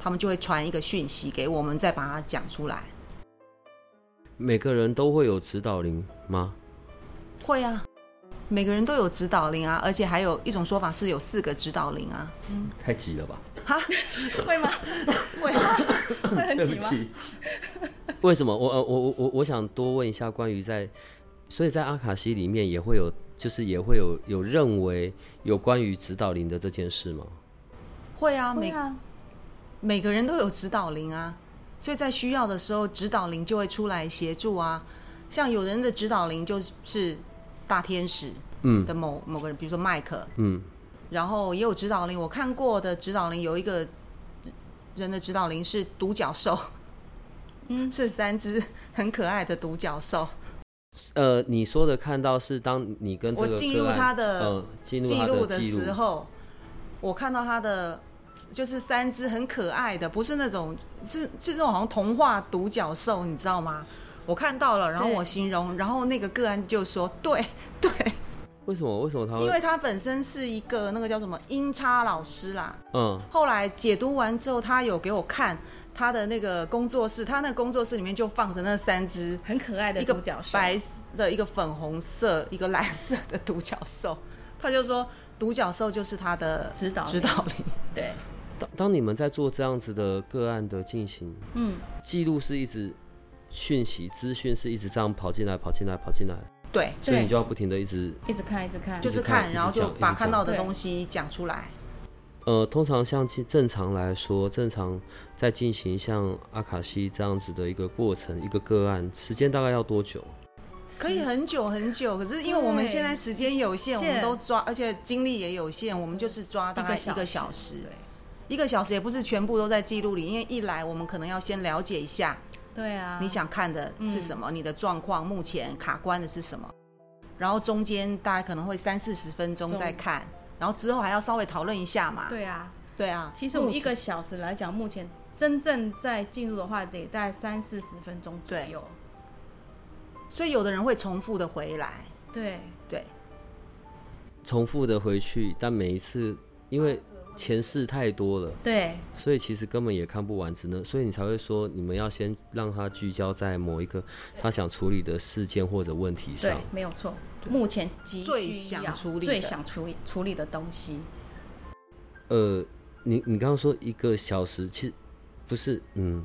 [SPEAKER 3] 他们就会传一个讯息给我们，再把它讲出来。
[SPEAKER 1] 每个人都会有指导灵吗？
[SPEAKER 3] 会啊，每个人都有指导灵啊，而且还有一种说法是有四个指导灵啊，
[SPEAKER 1] 太急了吧？
[SPEAKER 2] 会吗？
[SPEAKER 3] 会啊，
[SPEAKER 2] 会很
[SPEAKER 1] 对不
[SPEAKER 2] 挤吗？
[SPEAKER 1] 起。为什么？我呃我我我我想多问一下关于在，所以在阿卡西里面也会有，就是也会有有认为有关于指导灵的这件事吗？
[SPEAKER 3] 会啊，每
[SPEAKER 2] 会啊，
[SPEAKER 3] 每个人都有指导灵啊，所以在需要的时候，指导灵就会出来协助啊。像有人的指导灵就是大天使，嗯的某某个人，比如说麦克，嗯，然后也有指导灵，我看过的指导灵有一个人的指导灵是独角兽，嗯，是三只很可爱的独角兽，
[SPEAKER 1] 呃，你说的看到是当你跟这个
[SPEAKER 3] 我进入
[SPEAKER 1] 个案
[SPEAKER 3] 他的
[SPEAKER 1] 呃进入
[SPEAKER 3] 记
[SPEAKER 1] 他
[SPEAKER 3] 录
[SPEAKER 1] 的
[SPEAKER 3] 的
[SPEAKER 1] 记
[SPEAKER 3] 时
[SPEAKER 1] 录，
[SPEAKER 3] 候，我看到他的就是三只很可爱的，不是那种是是这种好像童话独角兽，你知道吗？我看到了，然后
[SPEAKER 2] 对
[SPEAKER 3] 我形容，然后那个个案就说对 对，
[SPEAKER 1] 为什么为什么他
[SPEAKER 3] 因
[SPEAKER 1] 会
[SPEAKER 3] 为他本身是一个那个叫什么音叉老师啦。
[SPEAKER 1] 嗯
[SPEAKER 3] 后来解读完之后，他有给我看他的那个工作室，他那个工作室里面就放着那三只
[SPEAKER 2] 很可爱的
[SPEAKER 3] 一个
[SPEAKER 2] 独角兽，
[SPEAKER 3] 白色的一个粉红色、一个蓝色的独角兽，他就说独角兽就是他的
[SPEAKER 2] 指导灵
[SPEAKER 3] 指导灵。
[SPEAKER 2] 对，
[SPEAKER 1] 当当你们在做这样子的个案的进行，嗯，记录是一直讯息资讯是一直这样跑进来跑进来跑进来，
[SPEAKER 3] 对，
[SPEAKER 1] 所以
[SPEAKER 2] 对
[SPEAKER 1] 你就要不停的一直
[SPEAKER 2] 一直看，一直看，
[SPEAKER 3] 就
[SPEAKER 1] 一直
[SPEAKER 3] 是
[SPEAKER 1] 看
[SPEAKER 3] 看，然后
[SPEAKER 1] 一直
[SPEAKER 3] 就
[SPEAKER 1] 讲一
[SPEAKER 3] 把
[SPEAKER 1] 直
[SPEAKER 3] 看
[SPEAKER 1] 讲
[SPEAKER 3] 到的
[SPEAKER 2] 对
[SPEAKER 3] 东西讲出来。
[SPEAKER 1] 呃，通常像其正常来说，正常在进行像阿卡西这样子的一个过程，一个个案，时间大概要多久？
[SPEAKER 3] 可以很久很久，可是因为我们
[SPEAKER 2] 对
[SPEAKER 3] 现在时间有限，我
[SPEAKER 2] 限
[SPEAKER 3] 们都抓，而且精力也有限，我们就是抓大概
[SPEAKER 2] 一
[SPEAKER 3] 一
[SPEAKER 2] 个
[SPEAKER 3] 个
[SPEAKER 2] 小
[SPEAKER 3] 小时
[SPEAKER 2] 对，
[SPEAKER 3] 一个小时也不是全部都在记录里，因为一来我们可能要先了解一下
[SPEAKER 2] 对啊，
[SPEAKER 3] 你想看的是什么，你的状况目前卡关的是什么，然后中间大概可能会三四十分钟
[SPEAKER 2] 中
[SPEAKER 3] 再看，然后之后还要稍微讨论一下嘛。
[SPEAKER 2] 对啊，
[SPEAKER 3] 对啊，
[SPEAKER 2] 其实我们一
[SPEAKER 3] 目前
[SPEAKER 2] 个小时来讲，目前真正在进入的话，得在三四十分钟左右。
[SPEAKER 3] 所以有的人会重复的回来，
[SPEAKER 2] 对，
[SPEAKER 3] 对，
[SPEAKER 1] 重复的回去，但每一次因为前世太多了，
[SPEAKER 2] 对，
[SPEAKER 1] 所以其实根本也看不完，只能所以你才会说你们要先让他聚焦在某一个他想处理的事件或者问题
[SPEAKER 2] 对
[SPEAKER 1] 上。，
[SPEAKER 2] 没有错。目前急需
[SPEAKER 3] 最想
[SPEAKER 2] 要
[SPEAKER 3] 处理
[SPEAKER 2] 最
[SPEAKER 3] 的
[SPEAKER 2] 想处理处理的东西，
[SPEAKER 1] 呃，你你刚刚说一个小时，其实不是，嗯，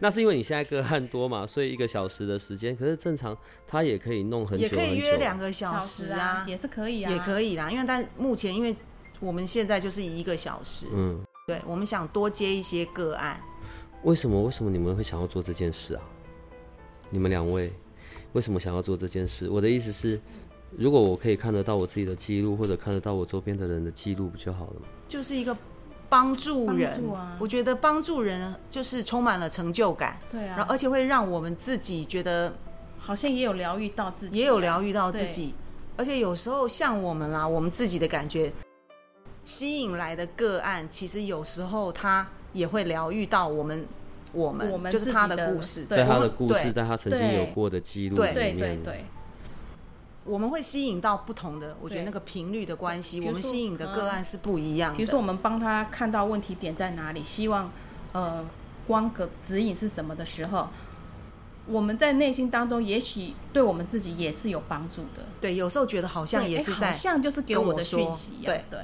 [SPEAKER 1] 那是因为你现在个案多嘛，所以一个小时的时间，可是正常他也可以弄很久
[SPEAKER 3] 也
[SPEAKER 1] 很久。
[SPEAKER 3] 可以约两个小
[SPEAKER 2] 时
[SPEAKER 3] 时
[SPEAKER 2] 啊
[SPEAKER 3] 啊，
[SPEAKER 2] 也是可以啊，
[SPEAKER 3] 也可以啦。因为但目前因为我们现在就是一个小时，
[SPEAKER 1] 嗯，
[SPEAKER 3] 对，我们想多接一些个案，
[SPEAKER 1] 为什么为什么你们会想要做这件事啊？你们两位为什么想要做这件事？我的意思是，如果我可以看得到我自己的记录，或者看得到我周边的人的记录，不就好了吗？
[SPEAKER 3] 就是一个帮助人。
[SPEAKER 2] 帮助啊
[SPEAKER 3] 我觉得帮助人就是充满了成就感，
[SPEAKER 2] 对
[SPEAKER 3] 然后
[SPEAKER 2] 啊，
[SPEAKER 3] 而且会让我们自己觉得
[SPEAKER 2] 好像也有疗愈到自己，
[SPEAKER 3] 也有疗愈到自己，而且有时候像我们啦，我们自己的感觉吸引来的个案，其实有时候他也会疗愈到我们，我们
[SPEAKER 2] 我们
[SPEAKER 3] 就是
[SPEAKER 2] 自己
[SPEAKER 3] 他
[SPEAKER 2] 的
[SPEAKER 3] 故事，
[SPEAKER 2] 对
[SPEAKER 1] 在他
[SPEAKER 3] 我
[SPEAKER 1] 的
[SPEAKER 3] 们
[SPEAKER 1] 故
[SPEAKER 3] 对
[SPEAKER 1] 事，在他曾经有过的记录里
[SPEAKER 3] 对
[SPEAKER 1] 面，
[SPEAKER 2] 对对对，
[SPEAKER 3] 我们会吸引到不同的，我觉得
[SPEAKER 2] 对
[SPEAKER 3] 那个频率的关系，
[SPEAKER 2] 比如
[SPEAKER 3] 我们
[SPEAKER 2] 说
[SPEAKER 3] 吸引的个案是不一样的。
[SPEAKER 2] 比如说，我们帮他看到问题点在哪里，希望呃光个指引是什么的时候，我们在内心当中，也许对我们自己也是有帮助的。
[SPEAKER 3] 对，有时候觉得好像
[SPEAKER 2] 对
[SPEAKER 3] 也
[SPEAKER 2] 诶
[SPEAKER 3] 是
[SPEAKER 2] 好
[SPEAKER 3] 在，
[SPEAKER 2] 像就是给
[SPEAKER 3] 跟
[SPEAKER 2] 我
[SPEAKER 3] 我
[SPEAKER 2] 的
[SPEAKER 3] 说
[SPEAKER 2] 讯息一样、对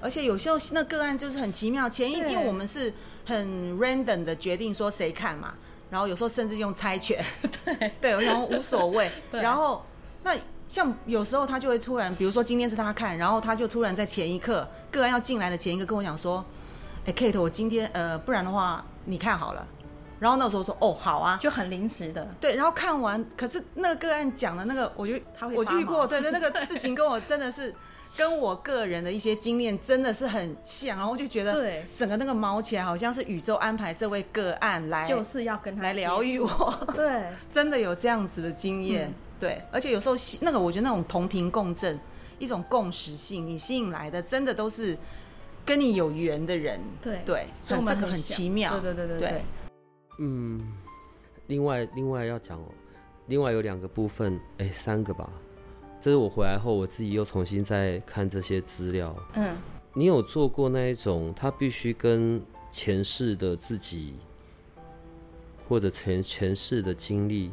[SPEAKER 3] 而且有时候那个案就是很奇妙，前一
[SPEAKER 2] 对
[SPEAKER 3] 因为我们是很 random 的决定说谁看嘛，然后有时候甚至用猜拳， 对，对，然后无所谓，
[SPEAKER 2] 对
[SPEAKER 3] 然后那。像有时候他就会突然，比如说今天是他看，然后他就突然在前一刻个案要进来的前一刻跟我讲说：“哎、k a t e 我今天呃，不然的话你看好了。”然后那时候说：“哦，好啊。”
[SPEAKER 2] 就很临时的，
[SPEAKER 3] 对，然后看完，可是那个个案讲的那个，我就
[SPEAKER 2] 他会
[SPEAKER 3] 我
[SPEAKER 2] 发
[SPEAKER 3] 遇过，
[SPEAKER 2] 毛
[SPEAKER 3] 对对，那个事情跟我真的是跟我个人的一些经验真的是很像，然后我就觉得
[SPEAKER 2] 对，
[SPEAKER 3] 整个那个毛起来，好像是宇宙安排这位个案来
[SPEAKER 2] 就是要跟他
[SPEAKER 3] 来疗
[SPEAKER 2] 接
[SPEAKER 3] 愈
[SPEAKER 2] 触，
[SPEAKER 3] 我，
[SPEAKER 2] 对
[SPEAKER 3] 真的有这样子的经验，
[SPEAKER 2] 嗯
[SPEAKER 3] 对，而且有时候吸那个我觉得那种同频共振，一种共识性，你吸引来的真的都是跟你有缘的人，
[SPEAKER 2] 对，
[SPEAKER 3] 对，
[SPEAKER 2] 所以
[SPEAKER 3] 很
[SPEAKER 2] 我
[SPEAKER 3] 这
[SPEAKER 2] 们
[SPEAKER 3] 个很
[SPEAKER 2] 想
[SPEAKER 3] 奇妙，
[SPEAKER 2] 对对对
[SPEAKER 3] 对
[SPEAKER 2] 对对，
[SPEAKER 1] 嗯，另外另外要讲哦，另外有两个部分，哎，三个吧。这是我回来后我自己又重新再看这些资料。
[SPEAKER 2] 嗯，
[SPEAKER 1] 你有做过那一种，他必须跟前世的自己或者前前世的经历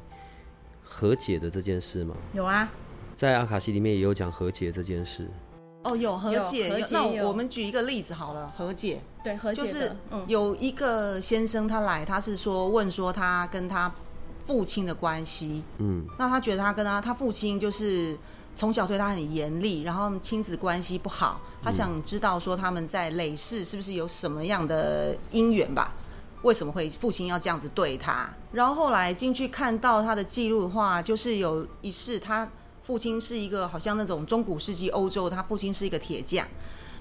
[SPEAKER 1] 和解的这件事吗？
[SPEAKER 2] 有啊，
[SPEAKER 1] 在阿卡西里面也有讲和解这件事。
[SPEAKER 3] 哦，有和
[SPEAKER 2] 有
[SPEAKER 3] 解，
[SPEAKER 2] 和
[SPEAKER 3] 有
[SPEAKER 2] 解
[SPEAKER 3] 那
[SPEAKER 2] 有
[SPEAKER 3] 我们举一个例子好了，和解
[SPEAKER 2] 对，和解
[SPEAKER 3] 就
[SPEAKER 2] 的，
[SPEAKER 3] 是
[SPEAKER 2] 嗯，
[SPEAKER 3] 有一个先生他来，他是说问说他跟他父亲的关系，
[SPEAKER 1] 嗯，
[SPEAKER 3] 那他觉得他跟他他父亲就是从小对他很严厉，然后他们亲子关系不好，他想知道说他们在累世是不是有什么样的因缘吧？为什么会父亲要这样子对他？然后后来进去看到他的记录的话，就是有一世他父亲是一个好像那种中古世纪欧洲，他父亲是一个铁匠，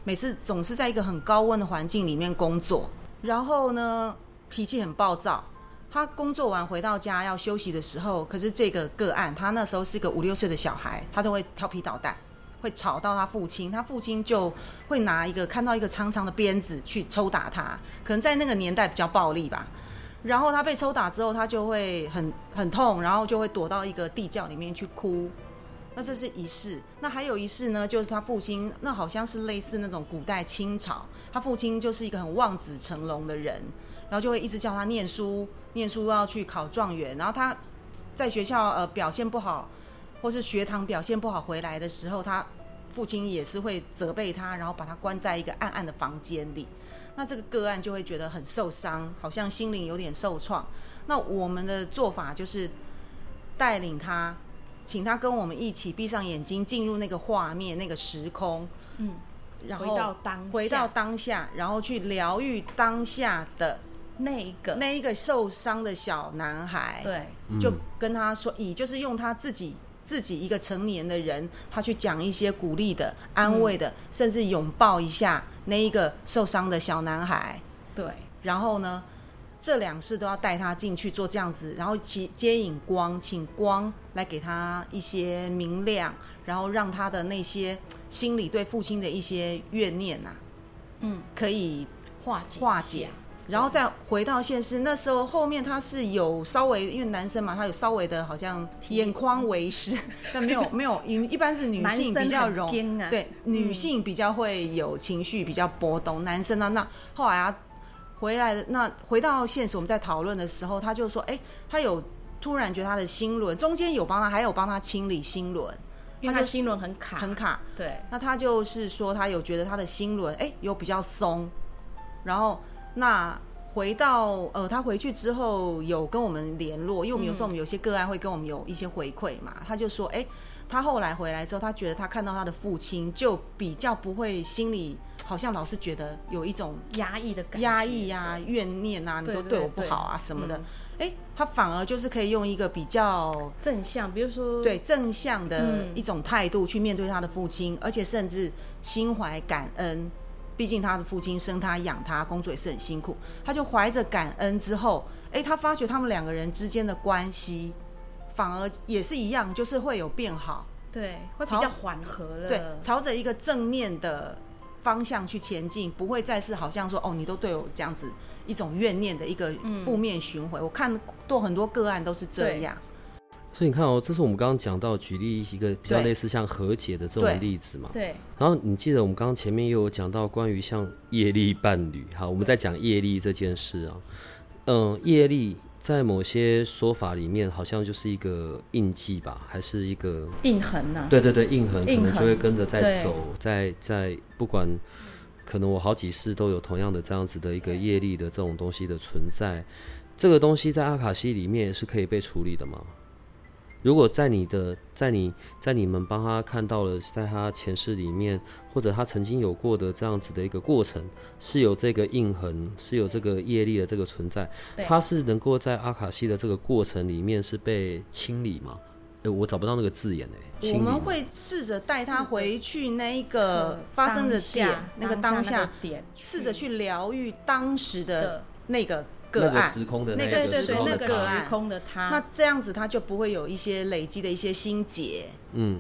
[SPEAKER 3] 每次总是在一个很高温的环境里面工作，然后呢脾气很暴躁。他工作完回到家要休息的时候，可是这个个案他那时候是个五六岁的小孩，他都会调皮捣蛋，会吵到他父亲，他父亲就会拿一个看到一个长长的鞭子去抽打他，可能在那个年代比较暴力吧。然后他被抽打之后，他就会很很痛，然后就会躲到一个地窖里面去哭。那这是一世，那还有一世呢，就是他父亲，那好像是类似那种古代清朝，他父亲就是一个很望子成龙的人，然后就会一直叫他念书，念书要去考状元，然后他在学校呃表现不好，或是学堂表现不好回来的时候，他父亲也是会责备他，然后把他关在一个暗暗的房间里。那这个个案就会觉得很受伤，好像心灵有点受创。那我们的做法就是带领他，请他跟我们一起闭上眼睛，进入那个画面、那个时空，
[SPEAKER 2] 嗯，
[SPEAKER 3] 然
[SPEAKER 2] 回到
[SPEAKER 3] 后
[SPEAKER 2] 当下
[SPEAKER 3] 回到当下，然后去疗愈当下的
[SPEAKER 2] 那一个，
[SPEAKER 3] 那一个受伤的小男孩。
[SPEAKER 2] 对
[SPEAKER 3] 就跟他说，以就是用他自己自己一个成年的人，他去讲一些鼓励的、安慰的，甚至拥抱一下那一个受伤的小男孩，
[SPEAKER 2] 对
[SPEAKER 3] 然后呢，这两世都要带他进去做这样子，然后其接引光，请光来给他一些明亮，然后让他的那些心里对父亲的一些怨念呐、嗯，可以
[SPEAKER 2] 化解
[SPEAKER 3] 化解，然后再回到现实。那时候后面他是有稍微，因为男生嘛，他有稍微的好像眼眶 为湿，但没有没有，一一般是女
[SPEAKER 2] 男
[SPEAKER 3] 性
[SPEAKER 2] 生
[SPEAKER 3] 比较
[SPEAKER 2] 很
[SPEAKER 3] 容
[SPEAKER 2] 硬啊
[SPEAKER 3] 对女性比较会有情绪比较波动，男生呢，那后来啊回来的那回到现实，我们在讨论的时候，他就说，哎、他有突然觉得他的心轮中间有帮他，还有帮他清理心轮
[SPEAKER 2] 因为他心轮很卡，
[SPEAKER 3] 很卡，
[SPEAKER 2] 对，
[SPEAKER 3] 那他就是说，他有觉得他的心轮哎有比较松，然后那回到呃，他回去之后有跟我们联络，因为我们有时候我们有些个案会跟我们有一些回馈
[SPEAKER 2] 嗯
[SPEAKER 3] 嘛，他就说哎，他后来回来之后，他觉得他看到他的父亲就比较不会心里好像老是觉得有一种
[SPEAKER 2] 压抑的感觉，
[SPEAKER 3] 压抑啊、怨念啊，你
[SPEAKER 2] 嗯对
[SPEAKER 3] 都
[SPEAKER 2] 对
[SPEAKER 3] 对我不
[SPEAKER 2] 对
[SPEAKER 3] 好啊什么的
[SPEAKER 2] 嗯，
[SPEAKER 3] 哎，他反而就是可以用一个比较
[SPEAKER 2] 正向，比如说
[SPEAKER 3] 对正向的
[SPEAKER 2] 嗯
[SPEAKER 3] 一种态度去面对他的父亲，而且甚至心怀感恩。毕竟他的父亲生他养他，工作也是很辛苦，他就怀着感恩之后，诶，他发觉他们两个人之间的关系反而也是一样，就是会有变好，
[SPEAKER 2] 对，会比
[SPEAKER 3] 朝
[SPEAKER 2] 较缓和了，
[SPEAKER 3] 对，朝着一个正面的方向去前进，不会再是好像说哦，你都对我这样子一种怨念的一个负面循环。我看过很多个案都是
[SPEAKER 2] 嗯
[SPEAKER 3] 这
[SPEAKER 2] 对
[SPEAKER 3] 样，
[SPEAKER 1] 所以你看哦，这是我们刚刚讲到举例一个比较
[SPEAKER 3] 对
[SPEAKER 1] 类似像和解的这
[SPEAKER 3] 对
[SPEAKER 1] 种例子嘛。
[SPEAKER 2] 对
[SPEAKER 1] 然后你记得我们刚刚前面也有讲到关于像业力伴侣，好，我们在讲业力这件事啊，嗯，业力在某些说法里面好像就是一个印记吧，还是一个
[SPEAKER 2] 印痕
[SPEAKER 3] 啊
[SPEAKER 2] 呐、
[SPEAKER 1] 对对对印痕，可
[SPEAKER 2] 印
[SPEAKER 1] 能
[SPEAKER 2] 痕
[SPEAKER 1] 就会跟着在
[SPEAKER 2] 对
[SPEAKER 1] 走，在在不管可能我好几世都有同样的这样子的一个业力的这种东西的存在，这个东西在阿卡西里面是可以被处理的吗？如果在你的在你在你们帮他看到了，在他前世里面，或者他曾经有过的这样子的一个过程，是有这个印痕，是有这个业力的这个存在
[SPEAKER 2] 对，
[SPEAKER 1] 它是能够在阿卡西的这个过程里面是被清理吗？诶，我找不到那个字眼诶，清
[SPEAKER 3] 嗯我
[SPEAKER 1] 理吗。
[SPEAKER 3] 们会试着带
[SPEAKER 2] 试
[SPEAKER 3] 他
[SPEAKER 2] 着
[SPEAKER 3] 回去那一个
[SPEAKER 2] 呃
[SPEAKER 3] 发生的
[SPEAKER 2] 当
[SPEAKER 3] 点
[SPEAKER 2] 下，
[SPEAKER 3] 那个
[SPEAKER 2] 当
[SPEAKER 3] 当
[SPEAKER 2] 下那
[SPEAKER 3] 下
[SPEAKER 2] 个，点，
[SPEAKER 3] 试着去疗愈当时的
[SPEAKER 2] 的，
[SPEAKER 3] 那个
[SPEAKER 1] 那
[SPEAKER 3] 个
[SPEAKER 1] 个
[SPEAKER 3] 案。
[SPEAKER 1] 时空的
[SPEAKER 3] 那
[SPEAKER 1] 那
[SPEAKER 3] 个
[SPEAKER 2] 对对
[SPEAKER 3] 时
[SPEAKER 1] 时
[SPEAKER 2] 对，
[SPEAKER 1] 空
[SPEAKER 2] 那
[SPEAKER 1] 的
[SPEAKER 2] 个
[SPEAKER 1] 卡
[SPEAKER 3] 个案
[SPEAKER 2] 时空的他，
[SPEAKER 3] 那这样子他就不会有一些累积的一些心结，
[SPEAKER 1] 嗯，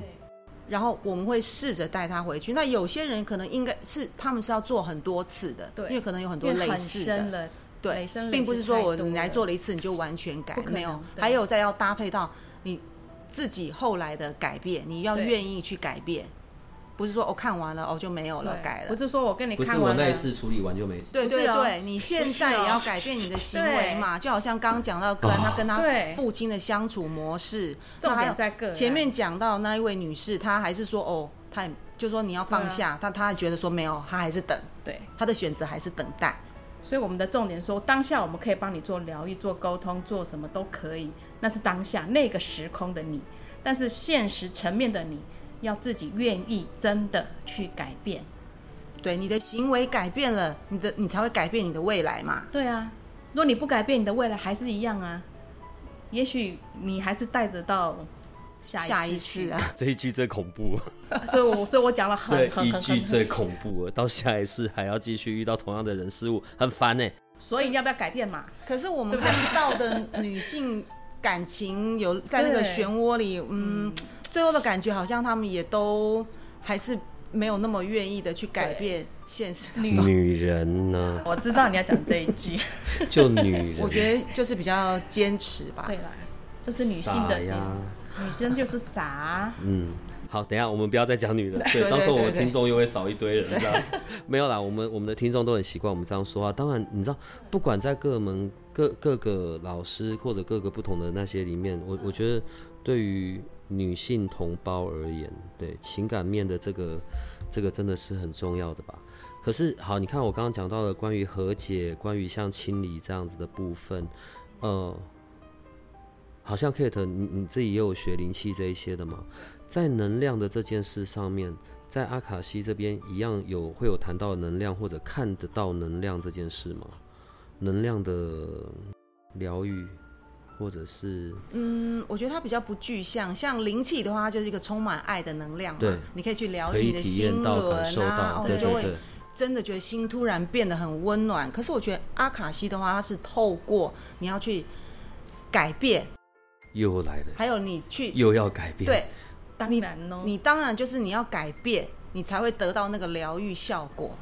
[SPEAKER 3] 然后我们会试着带他回去。那有些人可能应该是他们是要做很多次的，
[SPEAKER 2] 对
[SPEAKER 3] 因为可能有很
[SPEAKER 2] 因
[SPEAKER 3] 多
[SPEAKER 2] 为
[SPEAKER 3] 类
[SPEAKER 2] 很
[SPEAKER 3] 似
[SPEAKER 2] 深
[SPEAKER 3] 的，
[SPEAKER 2] 了，
[SPEAKER 3] 对
[SPEAKER 2] 累生，累
[SPEAKER 3] 并不
[SPEAKER 2] 世
[SPEAKER 3] 是说
[SPEAKER 2] 太
[SPEAKER 3] 我
[SPEAKER 2] 多
[SPEAKER 3] 你来
[SPEAKER 2] 了
[SPEAKER 3] 做了一次你就完全改
[SPEAKER 2] 不，可
[SPEAKER 3] 没有
[SPEAKER 2] 能，对
[SPEAKER 3] 还有再要搭配到你自己后来的改变，你要
[SPEAKER 2] 对
[SPEAKER 3] 愿意去改变，不是说哦看完了哦就没有了
[SPEAKER 2] 对
[SPEAKER 3] 改了
[SPEAKER 2] 不，是说我跟你
[SPEAKER 1] 不是
[SPEAKER 2] 看
[SPEAKER 1] 我
[SPEAKER 2] 完
[SPEAKER 1] 那
[SPEAKER 2] 了
[SPEAKER 1] 一，次处理完就没事。
[SPEAKER 3] 对
[SPEAKER 2] 不是
[SPEAKER 3] 对
[SPEAKER 2] 哦
[SPEAKER 3] 对，你现在也要改变你的行为嘛，就好像刚刚讲到个人他跟他
[SPEAKER 2] 对
[SPEAKER 3] 父亲的相处模式，那
[SPEAKER 2] 重
[SPEAKER 3] 还有
[SPEAKER 2] 点在个人
[SPEAKER 3] 前面讲到那一位女士，她还是说哦，她也就说你要
[SPEAKER 2] 啊
[SPEAKER 3] 放下，但她觉得说没有，她还是等，
[SPEAKER 2] 对，
[SPEAKER 3] 她的选择还是等待，
[SPEAKER 2] 所以我们的重点说，当下我们可以帮你做疗愈、做沟通、做什么都可以，那是当下那个时空的你，但是现实层面的你要自己愿意真的去改变。
[SPEAKER 3] 对你的行为改变了，你的你才会改变你的未来嘛。
[SPEAKER 2] 对啊，如果你不改变，你的未来还是一样啊。也许你还是带着到下
[SPEAKER 3] 下一
[SPEAKER 2] 一
[SPEAKER 3] 次
[SPEAKER 2] 次
[SPEAKER 3] 啊，
[SPEAKER 1] 这一句最恐怖，
[SPEAKER 2] 去， 所以我所以我讲了很
[SPEAKER 1] 这
[SPEAKER 2] 很
[SPEAKER 1] 一
[SPEAKER 2] 很
[SPEAKER 1] 句
[SPEAKER 2] 很
[SPEAKER 1] 最恐怖了，到下一世还要继续遇到同样的人事物，很烦呢、
[SPEAKER 2] 所以你要不要改变嘛？
[SPEAKER 3] 可是我们看到的女性感情有在那个漩涡里，嗯，最后的感觉好像她们也都还是没有那么愿意的去改变现实的。
[SPEAKER 1] 女人 呢，
[SPEAKER 2] 我知道你要讲这一句，
[SPEAKER 1] 就女人，
[SPEAKER 3] 我觉得就是比较坚持吧
[SPEAKER 2] 对，啦， 这是女性
[SPEAKER 1] 傻
[SPEAKER 2] 的结
[SPEAKER 1] 呀。
[SPEAKER 2] 女生就是傻啊、
[SPEAKER 1] 嗯好，等一下我们不要再讲女人，
[SPEAKER 3] 对对
[SPEAKER 1] 到时候我们
[SPEAKER 3] 对对
[SPEAKER 1] 听众又会少一堆人，这样没有啦。我们我们的听众都很习惯我们这样说话。当然，你知道，不管在各门各各个老师或者各个不同的那些里面，我我觉得对于女性同胞而言，对情感面的这个这个真的是很重要的吧。可是好，你看我刚刚讲到的关于和解、关于像清理这样子的部分，呃，好像 Kate，你你自己也有学灵气这一些的嘛？在能量的这件事上面，在阿卡西这边一样有会有谈到能量或者看得到能量这件事吗？能量的疗愈，或者是
[SPEAKER 3] 嗯，我觉得它比较不具象，像灵气的话，它就是一个充满爱的能量嘛
[SPEAKER 1] 对，
[SPEAKER 3] 你可以去疗
[SPEAKER 1] 可
[SPEAKER 3] 愈
[SPEAKER 1] 以
[SPEAKER 3] 你的
[SPEAKER 1] 体
[SPEAKER 3] 心
[SPEAKER 1] 验到、
[SPEAKER 3] 轮
[SPEAKER 1] 感受
[SPEAKER 3] 啊，
[SPEAKER 1] 到，
[SPEAKER 3] 哦
[SPEAKER 1] 对
[SPEAKER 3] 就
[SPEAKER 1] 对
[SPEAKER 3] 会
[SPEAKER 1] 对，
[SPEAKER 3] 真的觉得心突然变得很温暖。可是我觉得阿卡西的话，它是透过你要去改变，
[SPEAKER 1] 又来了，
[SPEAKER 3] 还有你去
[SPEAKER 1] 又要改变。
[SPEAKER 3] 对
[SPEAKER 2] 当
[SPEAKER 3] 你
[SPEAKER 2] 然哦，
[SPEAKER 3] 你当然就是你要改变，你才会得到那个疗愈效果。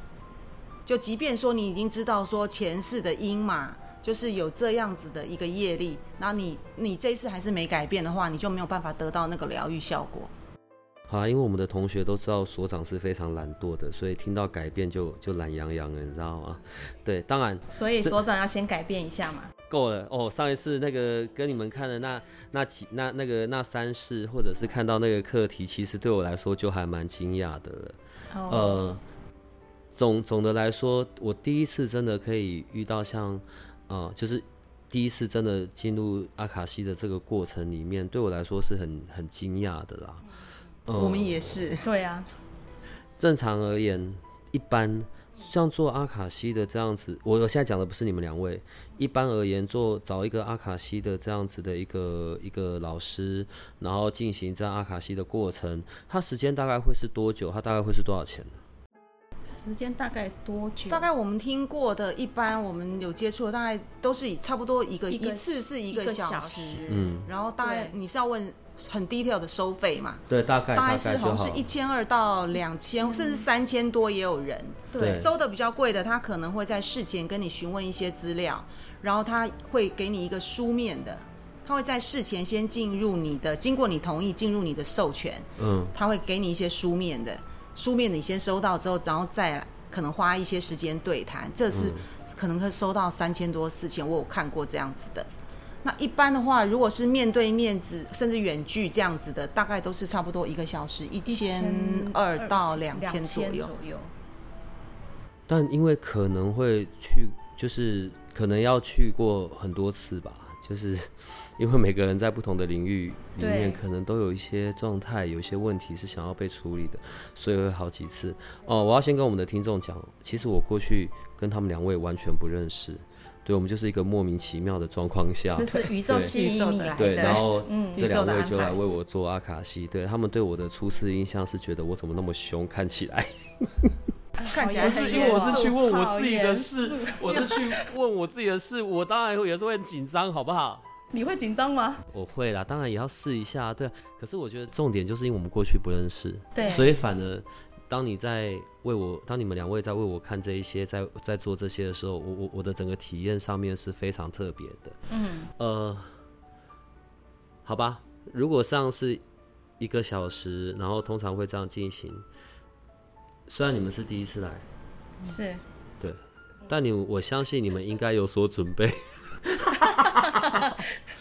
[SPEAKER 3] 就即便说你已经知道说前世的因嘛，就是有这样子的一个业力，那你你这一次还是没改变的话，你就没有办法得到那个疗愈效果。
[SPEAKER 1] 好啦，因为我们的同学都知道所长是非常懒惰的，所以听到改变就就懒洋洋了，你知道吗？对，当然
[SPEAKER 2] 所以所长要先改变一下嘛。
[SPEAKER 1] 够了哦。上一次那个跟你们看的那那几那那个那三世，或者是看到那个课题，其实对我来说就还蛮惊讶的了。
[SPEAKER 2] 哦，
[SPEAKER 1] 呃，总总的来说，我第一次真的可以遇到像，呃，就是第一次真的进入阿卡西的这个过程里面，对我来说是很很惊讶的啦。呃
[SPEAKER 3] 我们也是，
[SPEAKER 2] 对啊，
[SPEAKER 1] 正常而言，一般像做阿卡西的这样子，我我现在讲的不是你们两位。一般而言，做找一个阿卡西的这样子的一个一个老师，然后进行这样阿卡西的过程，它时间大概会是多久？它大概会是多少钱？
[SPEAKER 2] 时间大概多久？
[SPEAKER 3] 大概我们听过的，一般我们有接触的，大概都是以差不多一个
[SPEAKER 2] 一个
[SPEAKER 3] 一次是一
[SPEAKER 2] 一
[SPEAKER 3] 个
[SPEAKER 2] 小
[SPEAKER 3] 时，
[SPEAKER 1] 嗯，
[SPEAKER 3] 然后大概
[SPEAKER 2] 对
[SPEAKER 3] 你是要问很 detail 的收费嘛？
[SPEAKER 1] 对，大概
[SPEAKER 3] 大概
[SPEAKER 1] 概
[SPEAKER 3] 是
[SPEAKER 1] 就
[SPEAKER 3] 好
[SPEAKER 1] 好
[SPEAKER 3] 像
[SPEAKER 1] 了
[SPEAKER 3] 是一千二到两千，甚
[SPEAKER 2] 嗯
[SPEAKER 3] 至三千多也有人。
[SPEAKER 1] 对
[SPEAKER 3] 收的比较贵的，他可能会在事前跟你询问一些资料，然后他会给你一个书面的，他会在事前先进入你的，经过你同意进入你的授权，
[SPEAKER 1] 嗯，
[SPEAKER 3] 他会给你一些书面的，书面你先收到之后，然后再可能花一些时间对谈，这是
[SPEAKER 2] 嗯
[SPEAKER 3] 可能会收到三千多四千，我有看过这样子的。那一般的话，如果是面对面子，甚至远距这样子的，大概都是差不多一个小时，一千二到两千左
[SPEAKER 2] 2000
[SPEAKER 3] 右。
[SPEAKER 1] 但因为可能会去，就是可能要去过很多次吧， 就是因为每个人在不同的领域里面，
[SPEAKER 2] 对
[SPEAKER 1] 可能都有一些状态，有一些问题是想要被处理的，所以会好几次。哦，我要先跟我们的听众讲，其实我过去跟他们两位完全不认识，对我们就是一个莫名其妙的状况下，
[SPEAKER 2] 这是宇宙吸引你来
[SPEAKER 1] 哦对，然
[SPEAKER 2] 的，
[SPEAKER 1] 后这
[SPEAKER 3] 宇宙
[SPEAKER 1] 两
[SPEAKER 3] 的
[SPEAKER 1] 位
[SPEAKER 3] 安
[SPEAKER 1] 就来
[SPEAKER 3] 排
[SPEAKER 1] 为我做阿卡西，对他们对我的初次印象是觉得我怎么那么凶，看起来。
[SPEAKER 3] 看起来
[SPEAKER 2] 我
[SPEAKER 3] 很
[SPEAKER 2] 是因
[SPEAKER 3] 严
[SPEAKER 2] 为
[SPEAKER 3] 肃
[SPEAKER 2] 我是去问我自己的
[SPEAKER 1] 事，我是去问我自己的事，我当然也是会很紧张，好不好？
[SPEAKER 2] 你会紧张吗？
[SPEAKER 1] 我会啦，当然也要试一下，对。可是我觉得重点就是因为我们过去不认识，
[SPEAKER 2] 对
[SPEAKER 1] 所以反而当你在为我，当你们两位在为我看这一些，在在做这些的时候，我我我的整个体验上面是非常特别的。嗯，呃，好吧，如果上是一个小时，然后通常会这样进行。虽然你们是第一次来，
[SPEAKER 2] 是，
[SPEAKER 1] 但你我相信你们应该有所准备。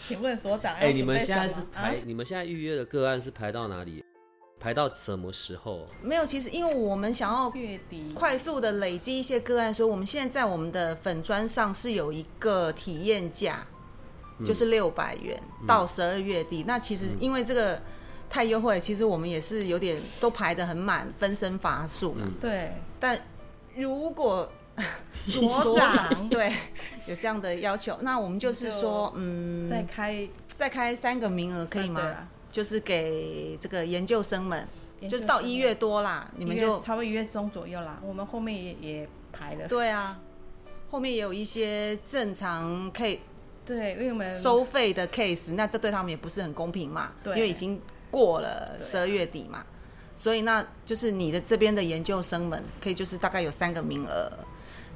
[SPEAKER 2] 请问所长，
[SPEAKER 1] 哎、
[SPEAKER 2] 要
[SPEAKER 1] 你
[SPEAKER 2] 准
[SPEAKER 1] 们
[SPEAKER 2] 备
[SPEAKER 1] 现在
[SPEAKER 2] 什
[SPEAKER 1] 是
[SPEAKER 2] 么啊
[SPEAKER 1] 排，你们现在预约的个案是排到哪里？排到什么时候？
[SPEAKER 3] 没有，其实因为我们想要
[SPEAKER 2] 啊月底
[SPEAKER 3] 快速的累积一些个案，所以我们现在在我们的粉砖上是有一个体验价，就是六百元、到十二月底。那其实因为这个太优惠，其实我们也是有点都排得很满，分身乏术嘛。
[SPEAKER 2] 对，
[SPEAKER 3] 但如果
[SPEAKER 2] 所 长
[SPEAKER 3] 对有这样的要求，那我们就是说，嗯，
[SPEAKER 2] 再开
[SPEAKER 3] 再开三个名额可以
[SPEAKER 2] 三个
[SPEAKER 3] 吗？
[SPEAKER 2] 啦？
[SPEAKER 3] 就是给这个研究生们，
[SPEAKER 2] 研
[SPEAKER 3] 就
[SPEAKER 2] 究
[SPEAKER 3] 是到
[SPEAKER 2] 生
[SPEAKER 3] 一月多啦，你
[SPEAKER 2] 一
[SPEAKER 3] 们
[SPEAKER 2] 月
[SPEAKER 3] 就
[SPEAKER 2] 差不多一月中左右啦。我们后面也也排了，
[SPEAKER 3] 对啊，后面也有一些正常可以呃
[SPEAKER 2] 对，因为我们
[SPEAKER 3] 收费的 case，那这对他们也不是很公平嘛，因
[SPEAKER 2] 对啊
[SPEAKER 3] 为已经过了十二月底嘛，所以那就是你的这边的研究生们可以就是大概有三个名额，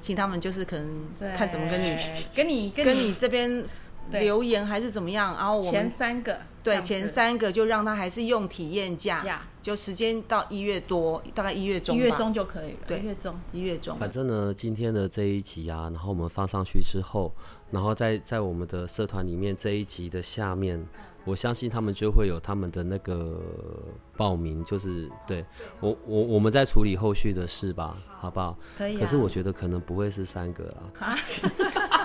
[SPEAKER 3] 请他们就是可能
[SPEAKER 2] 在
[SPEAKER 3] 看怎么跟你
[SPEAKER 2] 跟你 跟
[SPEAKER 3] 跟你这边
[SPEAKER 2] 对
[SPEAKER 3] 留言还是怎么样，然后我
[SPEAKER 2] 前
[SPEAKER 3] 们
[SPEAKER 2] 三个这
[SPEAKER 3] 对
[SPEAKER 2] 样子
[SPEAKER 3] 前三个就让他还是用体验价，
[SPEAKER 2] 价
[SPEAKER 3] 就时间到一月多，大概一月中
[SPEAKER 2] 一
[SPEAKER 3] 吧，
[SPEAKER 2] 月中就可 以了，
[SPEAKER 3] 对
[SPEAKER 2] 一月中
[SPEAKER 3] 一月中，
[SPEAKER 1] 反正呢，今天的这一集啊，然后我们放上去之后，然后在在我们的社团里面这一集的下面，我相信他们就会有他们的那个报名，就是对我我我们在处理后续的事吧，好不好？
[SPEAKER 2] 可以啊。
[SPEAKER 1] 可是我觉得可能不会是三个啦，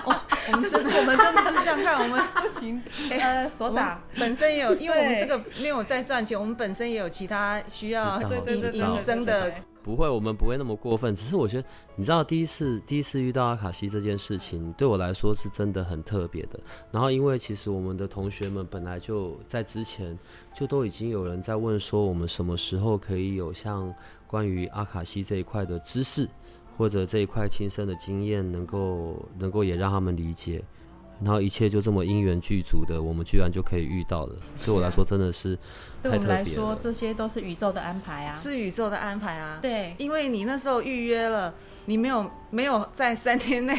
[SPEAKER 3] 我们真的我们真的啊是这样看我们。
[SPEAKER 2] 不行， 呃，所长，
[SPEAKER 3] 我们本身也有，因为我们
[SPEAKER 2] 对
[SPEAKER 3] 这个没有在赚钱，我们本身也有其他需要
[SPEAKER 1] 知道
[SPEAKER 2] 对对对
[SPEAKER 1] 知
[SPEAKER 3] 营
[SPEAKER 1] 道
[SPEAKER 3] 营生的
[SPEAKER 1] 不会，我们不会那么过分。只是我觉得，你知道，第一次第一次遇到阿卡西这件事情，对我来说是真的很特别的。然后，因为其实我们的同学们本来就在之前就都已经有人在问说，我们什么时候可以有像关于阿卡西这一块的知识，或者这一块亲身的经验能够能够也让他们理解，然后一切就这么因缘具足的，我们居然就可以遇到了。对我来说真的是
[SPEAKER 2] 对
[SPEAKER 1] 太
[SPEAKER 2] 我们
[SPEAKER 1] 特
[SPEAKER 2] 来
[SPEAKER 1] 别
[SPEAKER 2] 说，
[SPEAKER 1] 了。
[SPEAKER 2] 这些都是宇宙的安排啊。
[SPEAKER 3] 是宇宙的安排啊。，
[SPEAKER 2] 对，
[SPEAKER 3] 因为你那时候预约了，你没有没有在三天内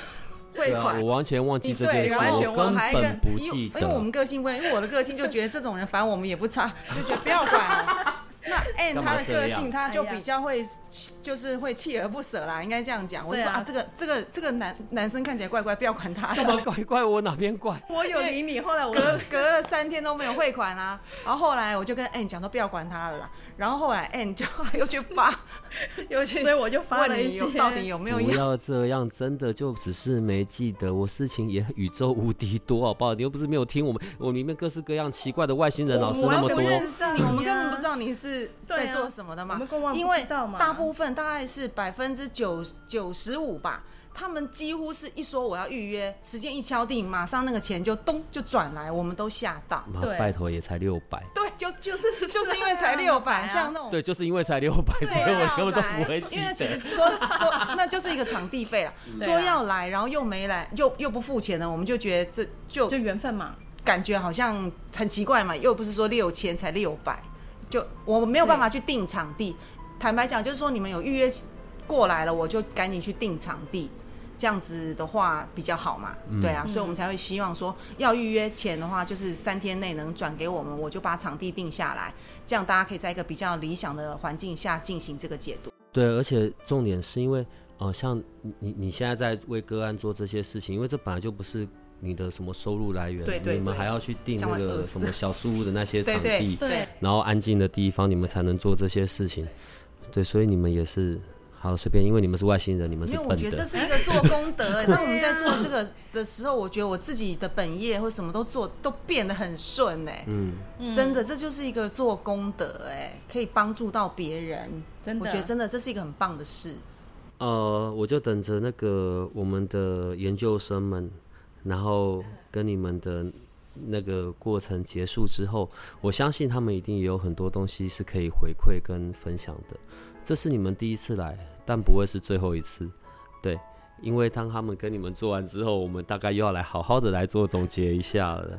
[SPEAKER 3] 汇
[SPEAKER 1] 对啊，
[SPEAKER 3] 款
[SPEAKER 1] 我。完全忘记
[SPEAKER 3] 你
[SPEAKER 1] 这件
[SPEAKER 3] 对，
[SPEAKER 1] 事，
[SPEAKER 3] 然后
[SPEAKER 1] 我
[SPEAKER 3] 我
[SPEAKER 1] 根
[SPEAKER 3] 还
[SPEAKER 1] 本
[SPEAKER 3] 跟
[SPEAKER 1] 不
[SPEAKER 3] 因
[SPEAKER 1] 记得。
[SPEAKER 3] 为因为我们个性不一样，因为我的个性就觉得这种人烦我们也不差，就觉得不要管了。 那 N
[SPEAKER 1] 干嘛
[SPEAKER 3] 他的
[SPEAKER 1] 这样
[SPEAKER 3] 个性，他就
[SPEAKER 2] 哎呀
[SPEAKER 3] 比较会，就是会锲而不舍啦，应该这样讲。我就
[SPEAKER 2] 对
[SPEAKER 3] 说
[SPEAKER 2] 啊
[SPEAKER 3] 啊，这个这个这个男男生看起来怪怪，不要管他。
[SPEAKER 1] 干嘛怪怪我哪边怪？
[SPEAKER 2] 我有理你，后来我
[SPEAKER 3] 隔 隔了三天都没有汇款啊，然后后来我就跟 N 讲说不要管他了啦，然后后来 N 就 又去发，又去
[SPEAKER 2] 所以我就发了
[SPEAKER 3] 问
[SPEAKER 2] 一
[SPEAKER 3] 你
[SPEAKER 2] 些
[SPEAKER 3] 有，到底有没有
[SPEAKER 1] 不
[SPEAKER 3] 要？
[SPEAKER 1] 要这样，真的就只是没记得。我事情也宇宙无敌多，好不好？你又不是没有听我们，我里面各式各样奇怪的外星人老师
[SPEAKER 2] 我
[SPEAKER 1] 那么
[SPEAKER 3] 不
[SPEAKER 1] 多。
[SPEAKER 3] 认识你，
[SPEAKER 2] 我
[SPEAKER 3] 我们
[SPEAKER 2] 们根
[SPEAKER 3] 根本
[SPEAKER 2] 本
[SPEAKER 3] 不
[SPEAKER 2] 不
[SPEAKER 3] 知
[SPEAKER 2] 知
[SPEAKER 3] 道你是在做什么的嘛
[SPEAKER 2] 啊我。们更忘
[SPEAKER 3] 因为
[SPEAKER 2] 不到嘛。
[SPEAKER 3] 大部分大概是百分之九九十五吧，他们几乎是一说我要预约，时间一敲定，马上那个钱就咚就转来，我们都吓到。
[SPEAKER 1] 妈，
[SPEAKER 2] 对
[SPEAKER 1] 拜托也才六百。
[SPEAKER 3] 对，就就是就是因为才六百，像那种
[SPEAKER 2] 哎
[SPEAKER 1] 对，就是因为才六百，所以
[SPEAKER 3] 对
[SPEAKER 1] 我
[SPEAKER 3] 啊
[SPEAKER 1] 根本都不会记
[SPEAKER 3] 因为其实
[SPEAKER 1] 得。
[SPEAKER 3] 说说那就是一个场地费啦，
[SPEAKER 2] 对啊
[SPEAKER 3] 说要来，然后又没来，又又不付钱了，我们就觉得这就
[SPEAKER 2] 就缘分嘛，
[SPEAKER 3] 感觉好像很奇怪嘛，又不是说六千才六百，就我没有办法去定场地。坦白讲，就是说你们有预约过来了，我就赶紧去定场地。这样子的话比较好嘛，对啊，所以我们才会希望说要预约前的话，就是三天内能转给我们，我就把场地定下来，这样大家可以在一个比较理想的环境下进行这个解读。
[SPEAKER 1] 对，而且重点是因为，呃，像你你你现在在为个案做这些事情，因为这本来就不是你的什么收入来源，
[SPEAKER 3] 对对
[SPEAKER 1] 你们
[SPEAKER 3] 对
[SPEAKER 1] 还要去定
[SPEAKER 3] 讲
[SPEAKER 1] 那
[SPEAKER 3] 完
[SPEAKER 1] 个
[SPEAKER 3] 饿
[SPEAKER 1] 什
[SPEAKER 3] 死
[SPEAKER 1] 么小树屋的那些场
[SPEAKER 3] 对
[SPEAKER 1] 地，
[SPEAKER 3] 对
[SPEAKER 2] 对，
[SPEAKER 1] 然后安静的地方，你们才能做这些事情。对，所以你们也是好随便，因为你们是外星人，你们
[SPEAKER 3] 因
[SPEAKER 1] 是
[SPEAKER 3] 为
[SPEAKER 1] 笨
[SPEAKER 3] 我觉得这
[SPEAKER 1] 的。
[SPEAKER 3] 是一个做功德、 欸。当我们在做这个的时候，我觉得我自己的本业或什么都做都变得很顺哎、
[SPEAKER 1] 嗯，
[SPEAKER 3] 真的，这就是一个做功德哎、可以帮助到别人。
[SPEAKER 2] 真的，
[SPEAKER 3] 我觉得真的这是一个很棒的事。
[SPEAKER 1] 呃，我就等着那个我们的研究生们，然后跟你们的那个过程结束之后，我相信他们一定也有很多东西是可以回馈跟分享的。这是你们第一次来，但不会是最后一次，对，因为当他们跟你们做完之后，我们大概又要来好好的来做总结一下了。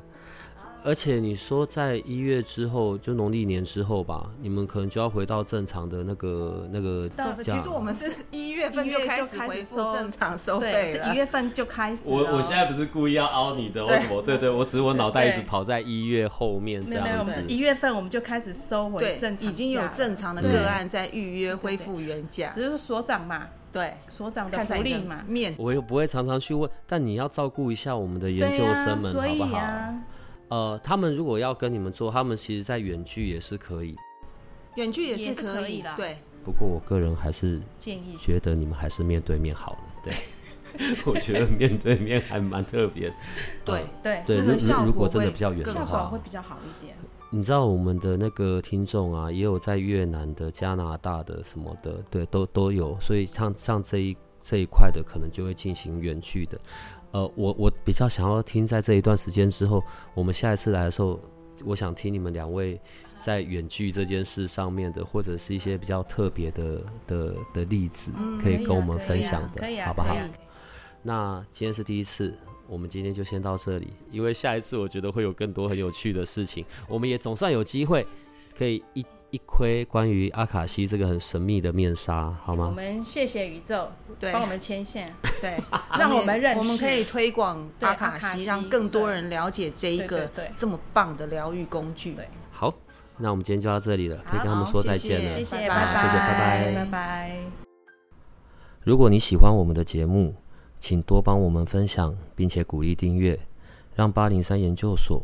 [SPEAKER 1] 而且你说在一月之后，就农历年之后吧，你们可能就要回到正常的那个那个
[SPEAKER 2] 到
[SPEAKER 3] 收费其实我们是一月份就开始恢复正常收
[SPEAKER 2] 对，
[SPEAKER 3] 费
[SPEAKER 2] 是
[SPEAKER 3] 了
[SPEAKER 2] 一。月份就开始
[SPEAKER 1] 我
[SPEAKER 2] 了
[SPEAKER 1] 我现在不是故意要凹你的，为什么？对对，我只是我脑袋一直跑在一月后面这
[SPEAKER 2] 没有没有，
[SPEAKER 1] 样
[SPEAKER 2] 我们是
[SPEAKER 1] 子。
[SPEAKER 2] 一月份我们就开始收回
[SPEAKER 3] 对
[SPEAKER 2] 正，常，
[SPEAKER 3] 已经有正，常的个案在预约恢复原价。
[SPEAKER 2] 只是所长嘛，
[SPEAKER 3] 对，
[SPEAKER 2] 所长的
[SPEAKER 3] 看在
[SPEAKER 2] 福
[SPEAKER 3] 你
[SPEAKER 2] 利
[SPEAKER 3] 的
[SPEAKER 2] 嘛，
[SPEAKER 3] 面
[SPEAKER 1] 我又不会常常去问，但你要照顾一下我们的研
[SPEAKER 2] 对
[SPEAKER 1] 究
[SPEAKER 2] 呀，
[SPEAKER 1] 生们，
[SPEAKER 2] 所
[SPEAKER 1] 好
[SPEAKER 2] 以
[SPEAKER 1] 不
[SPEAKER 2] 啊
[SPEAKER 1] 好？
[SPEAKER 2] 呀，
[SPEAKER 1] 呃，他们如果要跟你们做，他们其实在远距也是可以，
[SPEAKER 3] 远距也
[SPEAKER 2] 也是
[SPEAKER 3] 是
[SPEAKER 2] 可
[SPEAKER 3] 可
[SPEAKER 2] 以啦
[SPEAKER 3] 对，
[SPEAKER 1] 不过我个人还是
[SPEAKER 2] 建议
[SPEAKER 1] 觉得你们还是面对面好了。 对，我觉得面对面还蛮特别的。
[SPEAKER 3] 对
[SPEAKER 1] 呃
[SPEAKER 2] 对，
[SPEAKER 1] 对，
[SPEAKER 3] 那
[SPEAKER 1] 如
[SPEAKER 3] 个效
[SPEAKER 1] 如
[SPEAKER 3] 果
[SPEAKER 1] 如果真的
[SPEAKER 3] 会
[SPEAKER 1] 比较远
[SPEAKER 3] 更
[SPEAKER 1] 的
[SPEAKER 2] 效果
[SPEAKER 1] 话，
[SPEAKER 2] 会比较好一点。
[SPEAKER 1] 你知道我们的那个听众啊，也有在越南的、加拿大的什么的，对，都都有，所以像像这一这一块的，可能就会进行远距的。呃，我我比较想要听，在这一段时间之后，我们下一次来的时候，我想听你们两位在远距这件事上面的，或者是一些比较特别的的的例子，可以
[SPEAKER 2] 可以
[SPEAKER 1] 跟我
[SPEAKER 2] 啊
[SPEAKER 1] 们
[SPEAKER 2] 可以
[SPEAKER 1] 分
[SPEAKER 2] 啊
[SPEAKER 1] 享的
[SPEAKER 2] 可以，啊，
[SPEAKER 1] 好不
[SPEAKER 2] 可
[SPEAKER 1] 好
[SPEAKER 2] 以？啊
[SPEAKER 1] 那今天是第一次，我们今天就先到这里，因为下一次我觉得会有更多很有趣的事情，我们也总算有机会可以一一窥关于阿卡西这个很神秘的面纱，好
[SPEAKER 2] 我
[SPEAKER 1] 吗？
[SPEAKER 2] 们谢谢宇宙
[SPEAKER 3] 对
[SPEAKER 2] 帮我们牵 线，
[SPEAKER 3] 对，
[SPEAKER 2] 让我们认识
[SPEAKER 3] 啊我们可以推广
[SPEAKER 2] 对
[SPEAKER 3] 阿卡
[SPEAKER 2] 阿卡
[SPEAKER 3] 西，
[SPEAKER 2] 西
[SPEAKER 3] 让更多人了解这一个
[SPEAKER 2] 对对对
[SPEAKER 3] 这么棒的疗愈工具。
[SPEAKER 2] 对
[SPEAKER 1] 好，那我们今天就到这里了，可以跟他们
[SPEAKER 3] 好
[SPEAKER 1] 说再见了。
[SPEAKER 2] 谢谢，
[SPEAKER 3] 拜
[SPEAKER 2] 拜
[SPEAKER 1] 拜谢谢拜拜
[SPEAKER 2] 拜拜。
[SPEAKER 1] 如果你喜欢我们的节目，请多帮我们分享，并且鼓励订阅，让八零三研究所